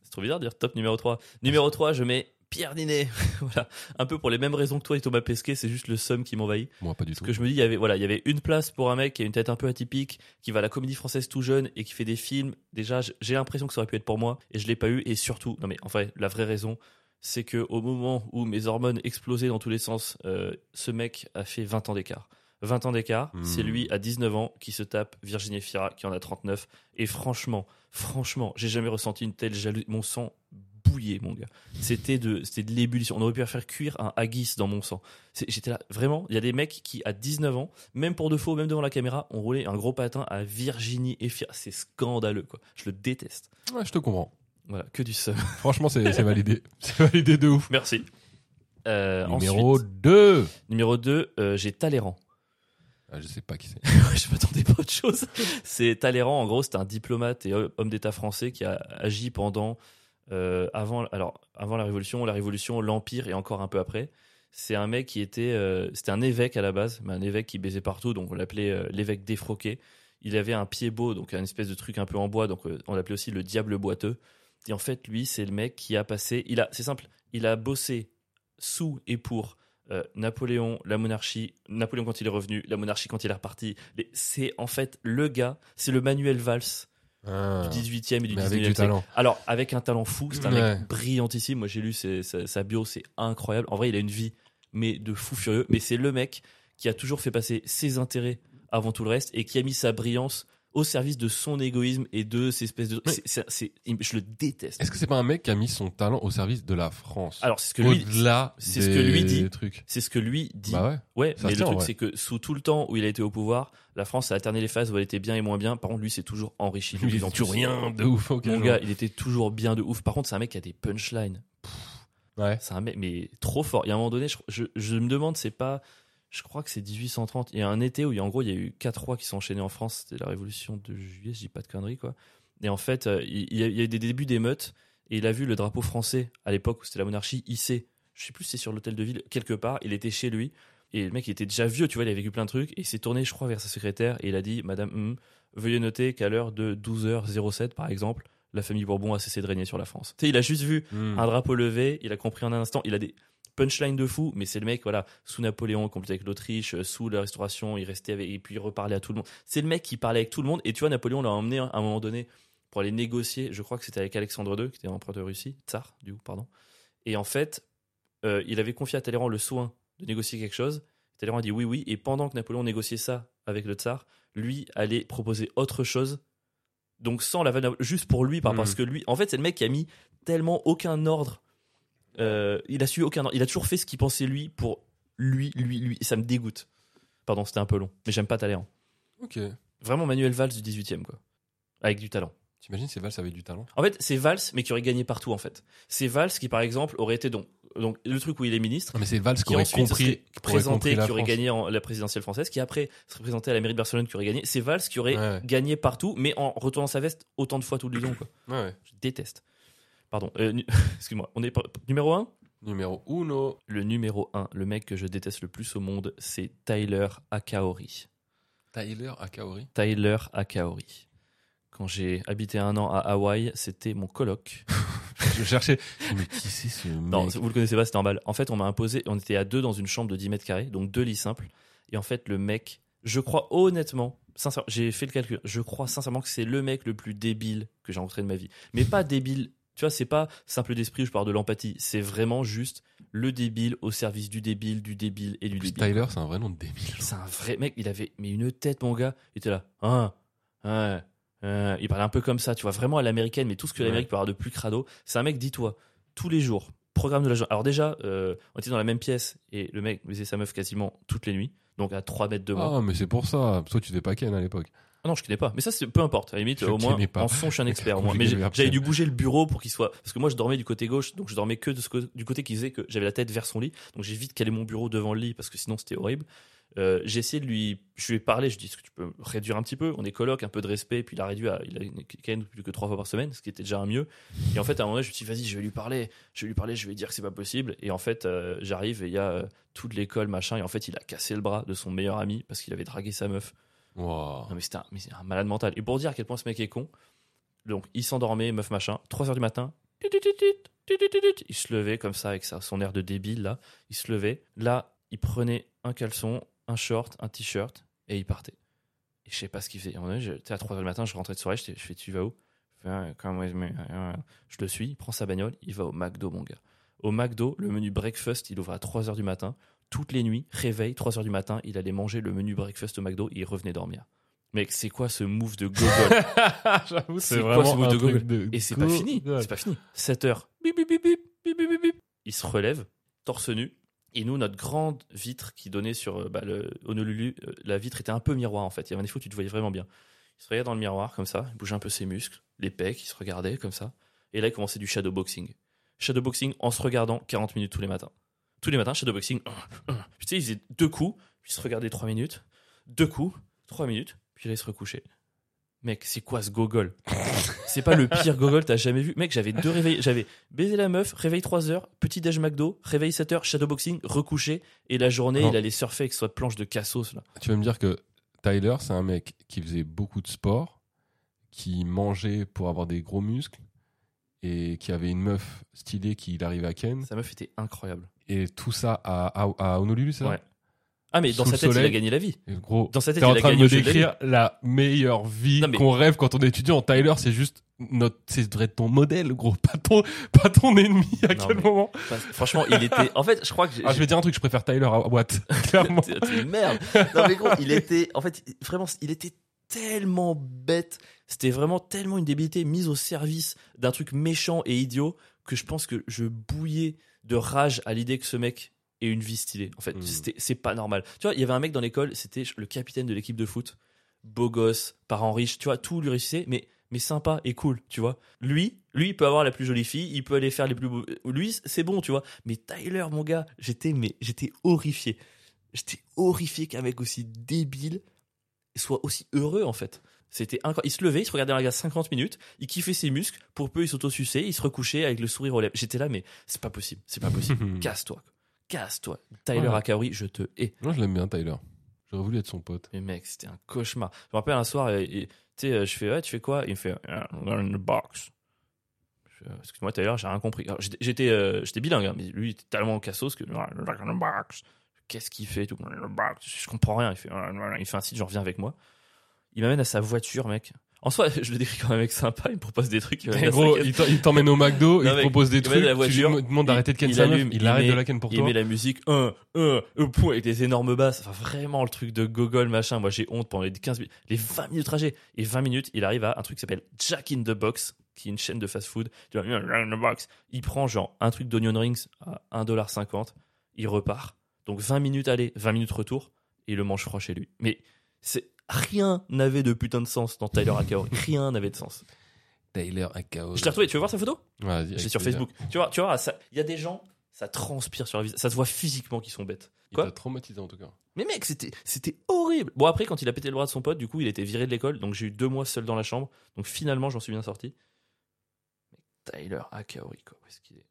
C'est trop bizarre de dire top numéro 3. Numéro 3, je mets Pierre Ninet. voilà. Un peu pour les mêmes raisons que toi et Thomas Pesquet, c'est juste le somme qui m'envahit. Moi, pas du Parce tout. que je me dis, il y avait, voilà, il y avait une place pour un mec qui a une tête un peu atypique, qui va à la comédie française tout jeune et qui fait des films. Déjà, j- j'ai l'impression que ça aurait pu être pour moi et je l'ai pas eu. Et surtout, non mais en vrai, la vraie raison, c'est que au moment où mes hormones explosaient dans tous les sens, euh, ce mec a fait 20 ans d'écart. 20 ans d'écart. Hmm. C'est lui à 19 ans qui se tape Virginie Fira qui en a 39. Et franchement, franchement, j'ai jamais ressenti une telle jalousie. Mon sang bouillait, mon gars. C'était de, c'était de l'ébullition. On aurait pu faire cuire un haggis dans mon sang. C'est- J'étais là, vraiment. Il y a des mecs qui, à 19 ans, même pour de faux, même devant la caméra, ont roulé un gros patin à Virginie Fira. C'est scandaleux, quoi. Je le déteste. Ouais, je te comprends. Voilà, que du seum. Franchement, c'est c'est validé. C'est validé de ouf. Merci. Euh, Numéro ensuite, 2. numéro 2, j'ai Talleyrand. Ah, je sais pas qui c'est. Ouais, je m'attendais pas à autre chose. C'est Talleyrand, en gros, c'était un diplomate et euh, homme d'État français qui a agi pendant, euh, avant, alors, avant la Révolution, la Révolution, l'Empire et encore un peu après. C'est un mec qui était, euh, c'était un évêque à la base, mais un évêque qui baisait partout, donc on l'appelait euh, l'évêque défroqué. Il avait un pied beau, donc un espèce de truc un peu en bois, donc euh, on l'appelait aussi le diable boiteux. Et en fait, lui, c'est le mec qui a passé, il a, c'est simple, il a bossé sous et pour euh, Napoléon, la monarchie, Napoléon quand il est revenu, la monarchie quand il est reparti. Les- C'est en fait le gars, c'est le Manuel Valls Ah, du 18e et du mais avec 19e du siècle. talent. Alors, avec un talent fou, c'est un Ouais. mec brillantissime. Moi, j'ai lu ses- sa, sa bio, c'est incroyable. En vrai, il a une vie, mais de fou furieux. Mais c'est le mec qui a toujours fait passer ses intérêts avant tout le reste et qui a mis sa brillance au service de son égoïsme et de ces espèces de. Mais- c'est- c'est- c'est- je le déteste. Est-ce que c'est pas un mec qui a mis son talent au service de la France Alors, c'est ce que lui. Au-delà c'est ce que lui dit. des trucs. C'est ce que lui dit. Bah ouais. Ouais, Ça se mais le tient, truc, ouais. c'est que sous tout le temps où il a été au pouvoir, la France a alterné les phases où elle était bien et moins bien. Par contre, lui, c'est toujours enrichi. de Il plus en dit tout plus. rien de ouf. ok, Mon genre. gars, il était toujours bien de ouf. Par contre, c'est un mec qui a des punchlines. Ouais. C'est un mec, mais trop fort. Il y a un moment donné, je, je- je me demande, c'est pas. Je crois que c'est 1830. Il y a un été où, il y a- en gros, il y a eu quatre rois qui sont enchaînés en France. C'était la révolution de juillet, je dis pas de conneries, quoi. Et en fait, euh, il il y a, il y a eu des débuts d'émeutes et il a vu le drapeau français à l'époque où c'était la monarchie hissé. Je sais plus si c'est sur l'hôtel de ville, quelque part. Il était chez lui et le mec il était déjà vieux, tu vois, il a vécu plein de trucs et il s'est tourné, je crois, vers sa secrétaire et il a dit Madame, hmm, veuillez noter qu'à l'heure de 12h07, par exemple, la famille Bourbon a cessé de régner sur la France. Tu sais, il a juste vu Hmm. un drapeau levé, il a compris en un instant, il a des punchlines de fou, mais c'est le mec, voilà, sous Napoléon, complété avec l'Autriche, euh, sous la Restauration, il restait avec, et puis il reparlait à tout le monde. C'est le mec qui parlait avec tout le monde, et tu vois, Napoléon l'a emmené hein, à un moment donné pour aller négocier, je crois que c'était avec Alexandre II, qui était empereur de Russie, tsar, du coup, pardon. Et en fait, euh, il avait confié à Talleyrand le soin de négocier quelque chose. Talleyrand a dit oui, oui, et pendant que Napoléon négociait ça avec le tsar, lui allait proposer autre chose. Donc sans la vanne- juste pour lui, par- Mhm. parce que lui, en fait, c'est le mec qui a mis tellement aucun ordre. Euh, il a su aucun ordre. Il a toujours fait ce qu'il pensait lui pour lui, lui, lui. Et ça me dégoûte. Pardon, c'était un peu long, mais j'aime pas Talleyrand. Ok. Vraiment Manuel Valls du 18e, quoi. Avec du talent. T'imagines si Valls avait du talent En fait, c'est Valls, mais qui aurait gagné partout, en fait. C'est Valls qui, par exemple, aurait été donc, donc le truc où il est ministre, Non, mais c'est Valls qui, qui aurait ensuite se serait compris, qui aurait présenté, compris la qui aurait France. gagné en- la présidentielle française, qui après serait présenté à la mairie de Barcelone, qui aurait gagné. C'est Valls qui aurait Ouais, ouais. gagné partout, mais en retournant sa veste autant de fois tout le long, quoi. Ouais, ouais. Je déteste. Pardon. Euh, nu- Excuse-moi. On est par- numéro 1 Numéro uno. Le numéro 1, le mec que je déteste le plus au monde, c'est Tyler Akaori. Tyler Akaori. Tyler Akaori. Quand j'ai habité un an à Hawaï, c'était mon coloc. Je cherchais. Mais qui c'est ce mec Non, vous le connaissez pas, c'est normal. En fait, on m'a imposé, on était à deux dans une chambre de 10 mètres carrés, donc deux lits simples. Et en fait, le mec, je crois honnêtement, sincèrement, j'ai fait le calcul, je crois sincèrement que c'est le mec le plus débile que j'ai rencontré de ma vie. Mais pas débile, tu vois, c'est pas simple d'esprit, je parle de l'empathie, c'est vraiment juste le débile au service du débile, du débile et du En plus, débile. Tyler, c'est un vrai nom de débile. C'est un vrai mec, il avait mais une tête, mon gars. Il était là. Hein, hein, hein. Il parlait un peu comme ça, tu vois, vraiment à l'américaine, mais tout ce que Ouais. l'Amérique peut avoir de plus crado. C'est un mec, dis-toi, tous les jours, programme de la journée. Alors déjà, euh, on était dans la même pièce et le mec faisait sa meuf quasiment toutes les nuits, donc à 3 mètres de moi. Ah, mais c'est pour ça. Toi, tu t'es pas Ken à l'époque. Ah non, je connais pas. Mais ça, c'est peu importe. À la limite, Je au moins, connais pas. en son, je suis un expert. au moins. Mais Compliqué de j'ai- le j'avais rappeler. dû bouger le bureau pour qu'il soit. Parce que moi, je dormais du côté gauche, donc je dormais que de ce co- du côté qui faisait que j'avais la tête vers son lit. Donc j'ai vite calé mon bureau devant le lit parce que sinon, c'était horrible. Euh, j'ai essayé de lui. Je lui ai parlé, je lui ai dit Est-ce que tu peux réduire un petit peu On est coloc, un peu de respect. Et puis il a réduit à. Il a une- quand même plus que trois fois par semaine, ce qui était déjà un mieux. Et en fait, à un moment donné, je me suis dit Vas-y, je vais lui parler. Je vais lui parler, je vais lui dire que c'est pas possible. Et en fait, euh, j'arrive et il y a euh, toute l'école, machin. Et en fait, il a cassé le bras de son meilleur ami parce qu'il avait dragué sa meuf. Wow. Non, mais c'est un, mais c'est un malade mental. Et pour dire à quel point ce mec est con, donc il s'endormait, meuf machin, 3h du matin, tut, tut, tut, tut, tut, tut, tut, tut. il se levait comme ça, avec sa- son air de débile là, il se levait, là, il prenait un caleçon, un short, un t-shirt, et il partait. Et je sais pas ce qu'il faisait. Et à un moment donné, je- tu sais, à 3h du matin, je rentrais de soirée, je, je fais, tu vas où Il fait, Ah, quand moi, je me- ah, ah. Je le suis, il prend sa bagnole, il va au McDo, mon gars. Au McDo, le menu breakfast, il ouvre à 3h du matin. toutes les nuits, réveil, 3h du matin, il allait manger le menu breakfast au McDo et il revenait dormir. Mec, c'est quoi ce move de gogol J'avoue, C'est quoi ce mot de Google Et c'est pas fini, c'est pas fini. 7h, bip, bip, bip, bip, bip, bip, bip, bip. il se relève, torse nu, et nous, notre grande vitre qui donnait sur euh, bah, le Honolulu, euh, la vitre était un peu miroir en fait. Il y avait un défaut, tu te voyais vraiment bien. Il se regardait dans le miroir comme ça, il bougeait un peu ses muscles, les pecs, il se regardait comme ça. Et là, il commençait du shadowboxing. Shadowboxing en se regardant 40 minutes tous les matins. Tous les matins, shadowboxing. Tu sais, il faisait deux coups, puis il se regardait 3 minutes, deux coups, 3 minutes, puis là, il se recouchait. Mec, c'est quoi ce gogol C'est pas le pire gogol t'as jamais vu. Mec, j'avais deux réveils. J'avais baiser la meuf, réveil 3 heures, petit déj McDo, réveil 7 heures, shadowboxing, recouché. Et la journée, Non. il allait surfer avec sa planche de cassos. Là. Tu vas me dire que Tyler, c'est un mec qui faisait beaucoup de sport, qui mangeait pour avoir des gros muscles et qui avait une meuf stylée qui arrivait à Ken. Sa meuf était incroyable. Et tout ça à, à, à Honolulu, c'est ça Ouais. Ah, mais dans Sous sa le tête, il a soleil. gagné la vie. Et gros, Dans sa tête, t'es en il a train de gagné me au jeu de la décrire la meilleure vie Non, mais- qu'on rêve quand on est étudiant. Tyler, c'est juste notre, c'est devrait être ton modèle, gros, pas ton, pas ton ennemi. À Non, quel mais- moment Enfin, franchement, il était. En fait, je crois que. j'ai- Ah, je vais dire un truc, je préfère Tyler à Watt. Clairement. T'es- t'es une merde. Non mais gros, il était, en fait, vraiment, il était tellement bête. C'était vraiment tellement une débilité mise au service d'un truc méchant et idiot que je pense que je bouillais de rage à l'idée que ce mec ait une vie stylée. En fait, Mm. c'était- c'est pas normal. Tu vois, il y avait un mec dans l'école, c'était le capitaine de l'équipe de foot, beau gosse, parents riches, tu vois, tout lui réussissait, mais mais sympa et cool, tu vois. Lui, lui, il peut avoir la plus jolie fille, il peut aller faire les plus beaux. Lui, c'est bon, tu vois. Mais Tyler, mon gars, j'étais, mais j'étais horrifié. J'étais horrifié qu'un mec aussi débile soit aussi heureux, en fait. C'était incroyable. Il se levait, il se regardait dans la glace 50 minutes, il kiffait ses muscles, pour peu il s'autosuçait, il se recouchait avec le sourire aux lèvres. J'étais là, mais c'est pas possible, c'est pas possible. Casse-toi, casse-toi. Tyler Ouais. Akaori, je te hais. Moi, je l'aime bien, Tyler. J'aurais voulu être son pote. Mais mec, c'était un cauchemar. Je me rappelle un soir, et- et, tu sais, euh, je fais, ouais, tu fais quoi Il me fait, Ah, I'm in the box. Je fais, euh, Excuse-moi, Tyler, j'ai rien compris. Alors, j'étais- J'étais euh, j'étais bilingue, hein, mais lui, il était tellement cassos que. Ah, I'm in the box. Qu'est-ce qu'il fait tout I'm in the box. Je comprends rien. Il fait, Ah, ah, ah. il fait un site, genre, viens avec moi. Il m'amène à sa voiture, mec. En soi, je le décris comme un mec sympa, il me propose des trucs. il m'amène Et à sa Eh, gros, caisse. il t'en- il t'emmène au McDo, Non, il te mec, propose des il met trucs, de la tu lui voiture, demandes d'arrêter de ken il sa meuf, allume, il il arrête met- de la ken pour Il toi. met la musique un, un, un point avec des énormes basses. Enfin, vraiment le truc de gogol machin. Moi, j'ai honte pendant les 15 minutes, les 20 minutes de trajet. Et 20 minutes, il arrive à un truc qui s'appelle Jack in the Box, qui est une chaîne de fast food. Tu vois, Jack in the Box. Il prend genre un truc d'onion rings à 1,50$. Il repart. Donc 20 minutes aller, 20 minutes retour. Et il le mange froid chez lui. Mais c'est rien n'avait de putain de sens dans Tyler Akaori. Rien n'avait de sens. Tyler à chaos. Je l'ai retrouvé. Tu veux voir sa photo Vas-y, c'est avec sur plaisir. Facebook. Tu vois, tu vois, ça- il y a des gens, ça transpire sur leur visage, ça se voit physiquement qu'ils sont bêtes. Il Quoi t'a traumatisé en tout cas. Mais mec, c'était, c'était horrible. Bon après, quand il a pété le bras de son pote, du coup, il était viré de l'école, donc j'ai eu deux mois seul dans la chambre. Donc finalement, j'en suis bien sorti. Mais Tyler Akaori, quoi, où est-ce qu'il est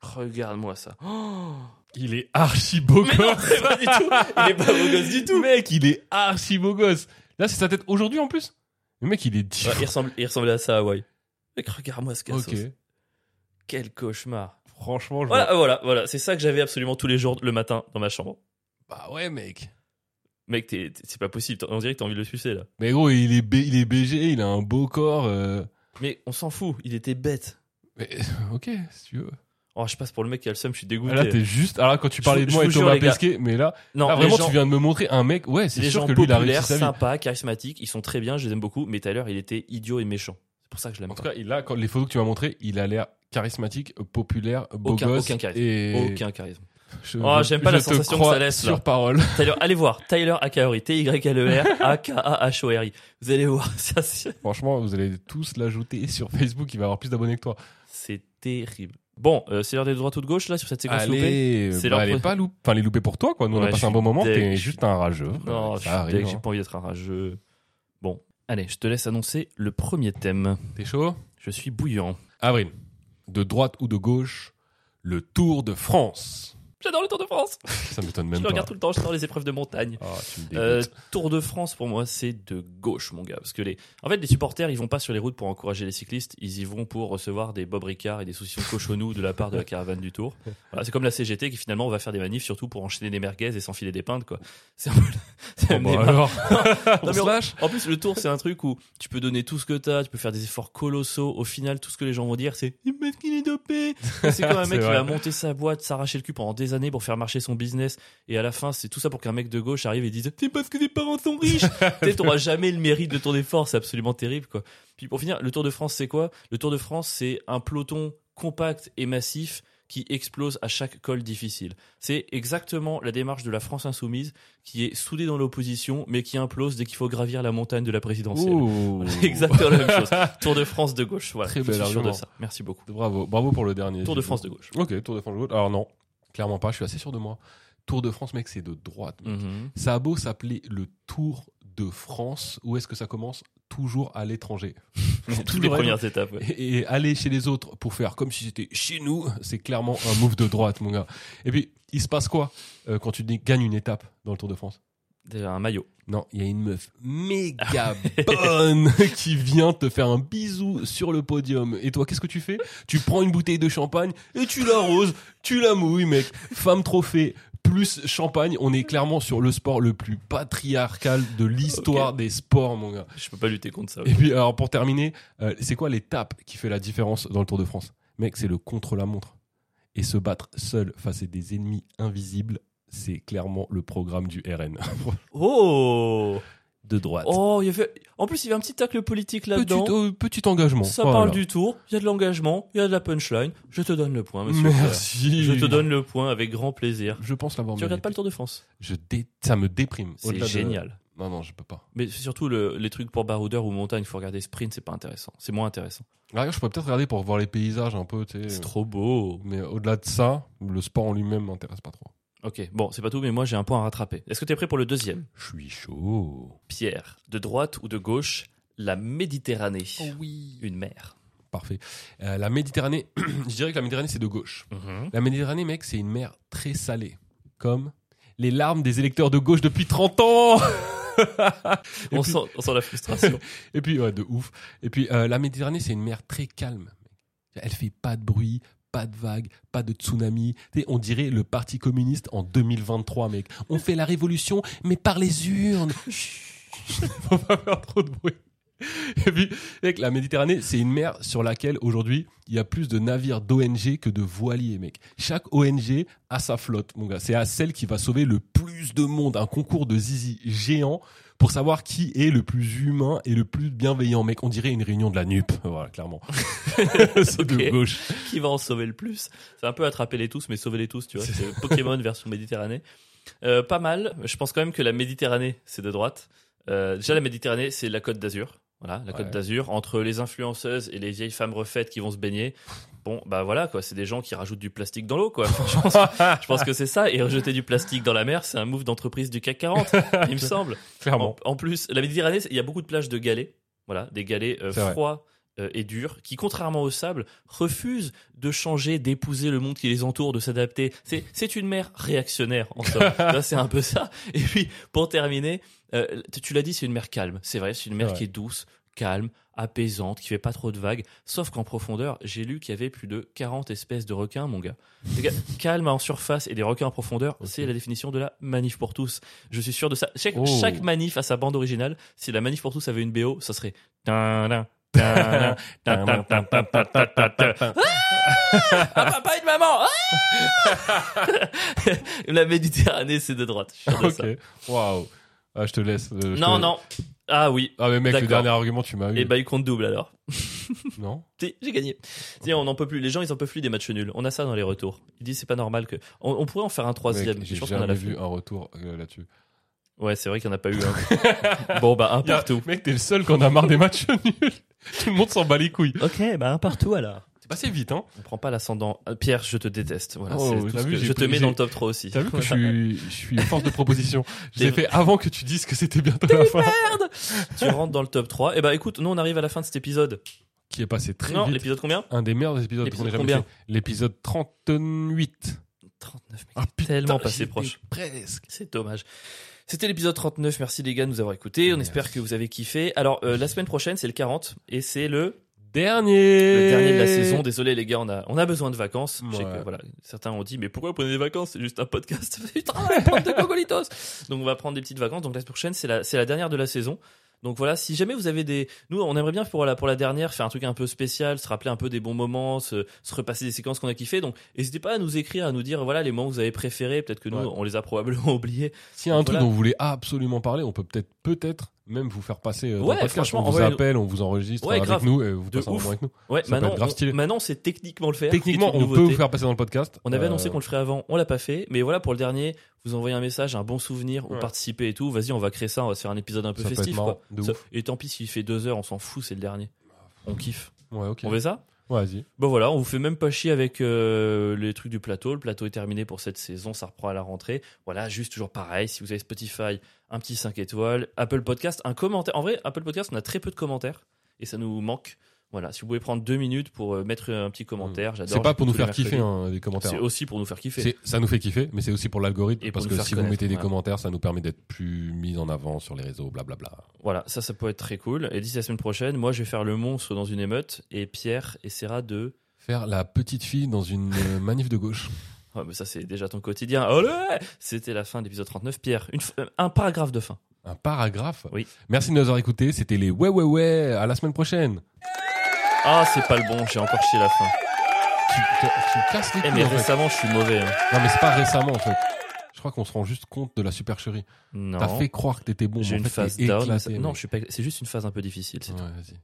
Regarde-moi ça. Oh Il est archi beau mais non, c'est pas du tout. Il est pas beau gosse du tout. Mec, il est archi beau gosse. Là, c'est sa tête aujourd'hui en plus. Le mec, il est dit. Ouais, il, ressemble, il ressemblait à ça à Hawaï. Mec, regarde-moi ce cassos. ok. Quel cauchemar. Franchement, je. Voilà, voilà, voilà. C'est ça que j'avais absolument tous les jours le matin dans ma chambre. Bah ouais, mec. Mec, t'es- t'es- c'est pas possible. T'en- On dirait que t'as envie de le sucer là. Mais gros, il est, bé- il est BG, il a un beau corps. euh, Mais on s'en fout, il était bête. Mais, ok, si tu veux. Oh, je passe pour le mec qui a le seum, je suis dégoûté. Ah, Là, t'es juste. Alors, là, quand tu parlais Je vous- de moi je et vous jure, Thomas les gars. Pesquet, mais là, non, là, les Ah, vraiment, gens- tu viens de me montrer un mec. Ouais, c'est les sûr gens que lui, il a réussi populaires, sa vie. sympas, charismatiques, ils sont très bien, je les aime beaucoup, mais Tyler, il était idiot et méchant. C'est pour ça que je l'aime En tout pas. cas, il a, quand les photos que tu m'as montrées, il a l'air charismatique, populaire, beau Aucun- gosse. aucun charisme. Et Aucun charisme. Je- Oh, je- j'aime pas la je te sensation que crois ça laisse, là. Sur parole. Tyler, allez voir, Tyler Akaori, T-Y-L-E-R, A-K-A-H-O-R-I. Vous allez voir, ça, c'est Franchement, vous allez tous l'ajouter sur Facebook. Il va avoir plus d'abonnés que toi. c'est terrible. Bon, euh, c'est l'heure des droites ou de gauche là sur cette séquence loupée Allez, C'est bah, leur allez pre- pas louper. Enfin, les louper pour toi, quoi. Nous, on Ouais, a je passé un suis bon moment. deg, T'es je juste un rageux. Non, Ça je suis arrive, deg, j'ai hein. pas envie d'être un rageux. Bon, allez, je te laisse annoncer le premier thème. T'es chaud Je suis bouillant. Avril. De droite ou de gauche, le Tour de France. J'adore le Tour de France. Ça m'étonne Je même le pas. regarde tout le temps, j'adore les épreuves de montagne. Ah, tu me dégoûtes. Euh, Tour de France pour moi c'est de gauche mon gars parce que les en fait les supporters ils vont pas sur les routes pour encourager les cyclistes ils y vont pour recevoir des Bob Ricard et des saucissons cochonous de la part de la caravane du Tour Voilà, c'est comme la CGT qui finalement va faire des manifs surtout pour enchaîner des merguez et s'enfiler des pintes quoi c'est un peu c'est Bon, un bah, débat. alors, Non, on mais se en- lâche en plus, le tour, c'est un truc où tu peux donner tout ce que t'as, tu peux faire des efforts colossaux. Au final, tout ce que les gens vont dire, c'est Le mec, il est dopé. C'est comme un C'est mec qui vrai. va monter sa boîte, s'arracher le cul pendant des des années pour faire marcher son business. Et à la fin, c'est tout ça pour qu'un mec de gauche arrive et dise C'est parce que tes parents sont riches Tu n'auras jamais le mérite de ton effort, c'est absolument terrible. Quoi. Puis pour finir, le Tour de France, c'est quoi Le Tour de France, c'est un peloton compact et massif qui explose à chaque col difficile. C'est exactement la démarche de la France insoumise qui est soudée dans l'opposition mais qui implose dès qu'il faut gravir la montagne de la présidentielle. Ouh. Exactement la même chose. Tour de France de gauche. Voilà, Très je bel suis sûr de argument. ça. Merci beaucoup. Bravo, bravo pour le dernier. Tour de du coup. France de gauche. Ok, Tour de France de gauche. Alors non, clairement pas, je suis assez sûr de moi. Tour de France, mec, c'est de droite. mec. Mhm. Ça a beau s'appeler le Tour de France, où est-ce que ça commence Toujours à l'étranger. Toutes les Toujours à premières étapes. ouais. et, et aller chez les autres pour faire comme si c'était chez nous, c'est clairement un move de droite, mon gars. Et puis, il se passe quoi euh, quand tu gagnes une étape dans le Tour de France Déjà, un maillot. Non, il y a une meuf méga bonne qui vient te faire un bisou sur le podium. Et toi, qu'est-ce que tu fais Tu prends une bouteille de champagne et tu l'arroses, tu la mouilles, mec. Femme trophée plus champagne, on est clairement sur le sport le plus patriarcal de l'histoire des sports, mon gars. Je peux pas lutter contre ça. Et puis, alors pour terminer, euh, c'est quoi l'étape qui fait la différence dans le Tour de France Mec, c'est le contre-la-montre. Et se battre seul face à des ennemis invisibles, c'est clairement le programme du RN. Oh de droite. Oh, il y avait... En plus, il y avait un petit tacle politique petit, là-dedans. euh, petit engagement. Ça Voilà. parle du tour, il y a de l'engagement, il y a de la punchline. Je te donne le point, monsieur. Merci. Je te donne le point avec grand plaisir. Je pense l'avoir Tu regardes mérité. pas le Tour de France Je dé- Ça me déprime. C'est Au-delà de- génial. Non, non, je peux pas. Mais c'est surtout le- les trucs pour baroudeur ou montagne, il faut regarder sprint, c'est pas intéressant. C'est moins intéressant. Alors, je pourrais peut-être regarder pour voir les paysages un peu, tu sais. C'est trop beau. Mais au-delà de ça, le sport en lui-même m'intéresse pas trop. Ok, bon, c'est pas tout, mais moi j'ai un point à rattraper. Est-ce que t'es prêt pour le deuxième Je suis chaud. Pierre, de droite ou de gauche, la Méditerranée. oui. Une mer. Parfait. Euh, la Méditerranée, je dirais que la Méditerranée, c'est de gauche. Mhm. La Méditerranée, mec, c'est une mer très salée. Comme les larmes des électeurs de gauche depuis 30 ans et, On, puis, sent, on sent la frustration. et puis, ouais, de ouf. Et puis, euh, la Méditerranée, c'est une mer très calme. Elle fait pas de bruit, pas de vagues, pas de tsunami. Tu sais, on dirait le Parti communiste en 2023, mec. On fait la révolution, mais par les urnes. Faut pas faire trop de bruit. Et puis, mec, la Méditerranée, c'est une mer sur laquelle aujourd'hui il y a plus de navires d'ONG que de voiliers, mec. Chaque ONG a sa flotte, mon gars. C'est à celle qui va sauver le plus de monde. Un concours de zizi géant pour savoir qui est le plus humain et le plus bienveillant, mec. On dirait une réunion de la NUP, voilà, clairement. c'est de Ok. gauche. Qui va en sauver le plus C'est un peu attraper les tous, mais sauver les tous, tu vois. C'est Pokémon version Méditerranée. Euh, pas mal. Je pense quand même que la Méditerranée, c'est de droite. Euh, déjà, la Méditerranée, c'est la Côte d'Azur. Voilà, la Côte Ouais. d'Azur. Entre les influenceuses et les vieilles femmes refaites qui vont se baigner. Bon, bah voilà, quoi. C'est des gens qui rajoutent du plastique dans l'eau, quoi. Je pense, je pense que c'est ça. Et rejeter du plastique dans la mer, c'est un move d'entreprise du CAC 40, il me semble. Clairement. En, en plus, la Méditerranée, il y a beaucoup de plages de galets. Voilà, des galets euh, C'est vrai. froids euh, et durs qui, contrairement au sable, refusent de changer, d'épouser le monde qui les entoure, de s'adapter. C'est, c'est une mer réactionnaire, en somme. Là, c'est un peu ça. Et puis, pour terminer, euh, tu- tu l'as dit, c'est une mer calme. C'est vrai, c'est une mer Ouais. qui est douce, calme, apaisante, qui fait pas trop de vagues. Sauf qu'en profondeur, j'ai lu qu'il y avait plus de 40 espèces de requins, mon gars. Les gars, calme en surface et des requins en profondeur, Ok. c'est la définition de la manif pour tous. Je suis sûr de ça. Chaque, Oh. chaque manif a sa bande originale. Si la manif pour tous avait une BO, ça serait. Tadam, tadam, tadam, tadam, tadam, tadam, tadam. Ah, papa et de maman Ah La Méditerranée, c'est de droite. Je suis sûr de ça. Ok. Waouh. Ah, je te laisse. euh, je Ah Non, te- non. Ah oui. Ah, mais mec, le D'accord. dernier argument, tu m'as eu. Et bah, il compte double alors. Non Si, J'ai gagné. Si, on n'en peut plus. Les gens, ils en peuvent plus des matchs nuls. On a ça dans les retours. Ils disent c'est pas normal que. On, on pourrait en faire un troisième. Mec, Je J'ai pense qu'on a la jamais flemme. vu un retour euh, là-dessus. Ouais, c'est vrai qu'il n'y en a pas eu un. bon, bah, un Y a- partout. Mec, t'es le seul qu'on a marre des matchs nuls. Tout le monde s'en bat les couilles. Ok, bah, un partout alors. C'est passé vite, hein On prend pas l'ascendant. Euh, Pierre, je te déteste. Voilà, Oh, c'est tout t'as ce vu, que- j'ai je te pris- mets dans j'ai- le top 3 aussi. T'as vu que je suis, je suis force de proposition. Je l'ai T'es- fait avant que tu dises que c'était bientôt la fin. tu rentres dans le top 3. Et bah, écoute, nous, on arrive à la fin de cet épisode. Qui est passé très non, vite. l'épisode combien Un des meilleurs épisodes qu'on L'épisode ait jamais combien fait. L'épisode 38. 39 mec, Ah, c'est tellement putain, passé j'étais proche. Presque. C'est dommage. C'était l'épisode 39. Merci les gars de nous avoir écoutés. On Merci. espère que vous avez kiffé. Alors, euh, la semaine prochaine, c'est le 40 et c'est le, Dernier. le dernier de la saison. Désolé les gars, on a, on a besoin de vacances. Je sais Ouais. que, voilà, certains ont dit, mais pourquoi vous prenez des vacances C'est juste un podcast. Putain, on va prendre de Cocolitos. Donc, on va prendre des petites vacances. Donc, la semaine prochaine, c'est la, c'est la dernière de la saison. Donc voilà, si jamais vous avez des... Nous, on aimerait bien pour la, pour la dernière faire un truc un peu spécial, se rappeler un peu des bons moments, se, se repasser des séquences qu'on a kiffées. Donc n'hésitez pas à nous écrire, à nous dire voilà les moments que vous avez préférés. Peut-être que nous, Ouais. on les a probablement oubliés. S'il y a un truc Voilà. dont vous voulez absolument parler, on peut peut-être peut-être même vous faire passer euh, dans Ouais, le podcast. franchement, on vous envoyez-nous- appelle, on vous enregistre Ouais, avec grave. nous et vous De passez un ouf. moment avec nous. Ouais, Ça peut maintenant, être grave on- stylé. maintenant c'est techniquement le faire. Techniquement, C'est une on peut nouveauté. vous faire passer dans le podcast. On avait Euh, annoncé qu'on le ferait avant, on l'a pas fait, mais voilà pour le dernier, vous envoyez un message, un bon souvenir, ou Ouais. participer et tout. Vas-y, on va créer ça, on va se faire un épisode un peu Ça peut être festif. marrant, quoi. de Ça- ouf. et tant pis s'il fait deux heures, on s'en fout, c'est le dernier. On kiffe. Ouais, ok. On Bah, fait ça Ouais, Vas-y. Bon voilà, on vous fait même pas chier avec euh, les trucs du plateau. Le plateau est terminé pour cette saison, ça reprend à la rentrée. Voilà, juste toujours pareil, si vous avez Spotify, un petit 5 étoiles, Apple Podcast, un commentaire. En vrai, Apple Podcast, on a très peu de commentaires et ça nous manque. Voilà, si vous pouvez prendre deux minutes pour euh, mettre un petit commentaire, j'adore. Mmh. C'est pas j'ai pour nous tous les faire kiffer mercredis. hein, les commentaires. C'est aussi pour nous faire kiffer. C'est- Ça nous fait kiffer, mais c'est aussi pour l'algorithme. Et pour parce nous que faire si vous connaître, mettez des voilà. commentaires, ça nous permet d'être plus mis en avant sur les réseaux, blablabla. Voilà, ça, ça peut être très cool. Et d'ici la semaine prochaine, moi, je vais faire le monstre dans une émeute et Pierre essaiera de. Faire la petite fille dans une euh, manif de gauche. Oh, mais ça, c'est déjà ton quotidien. Oh là C'était la fin de l'épisode 39. Pierre, une f- euh, un paragraphe de fin. Un paragraphe. Oui. Merci de nous avoir écoutés. C'était les ouais ouais ouais. À la semaine prochaine. Ah, c'est pas le bon, j'ai encore chié la fin. Tu, tu- tu me casses les Eh, couilles. mais en fait. récemment, je suis mauvais. hein. Non mais c'est pas récemment en fait. Je crois qu'on se rend juste compte de la supercherie. Non. T'as fait croire que t'étais bon. mais J'ai en une fait, phase t'es down. éclaté, Non, mais- je suis pas... c'est juste une phase un peu difficile, c'est tout. Ouais, vas-y.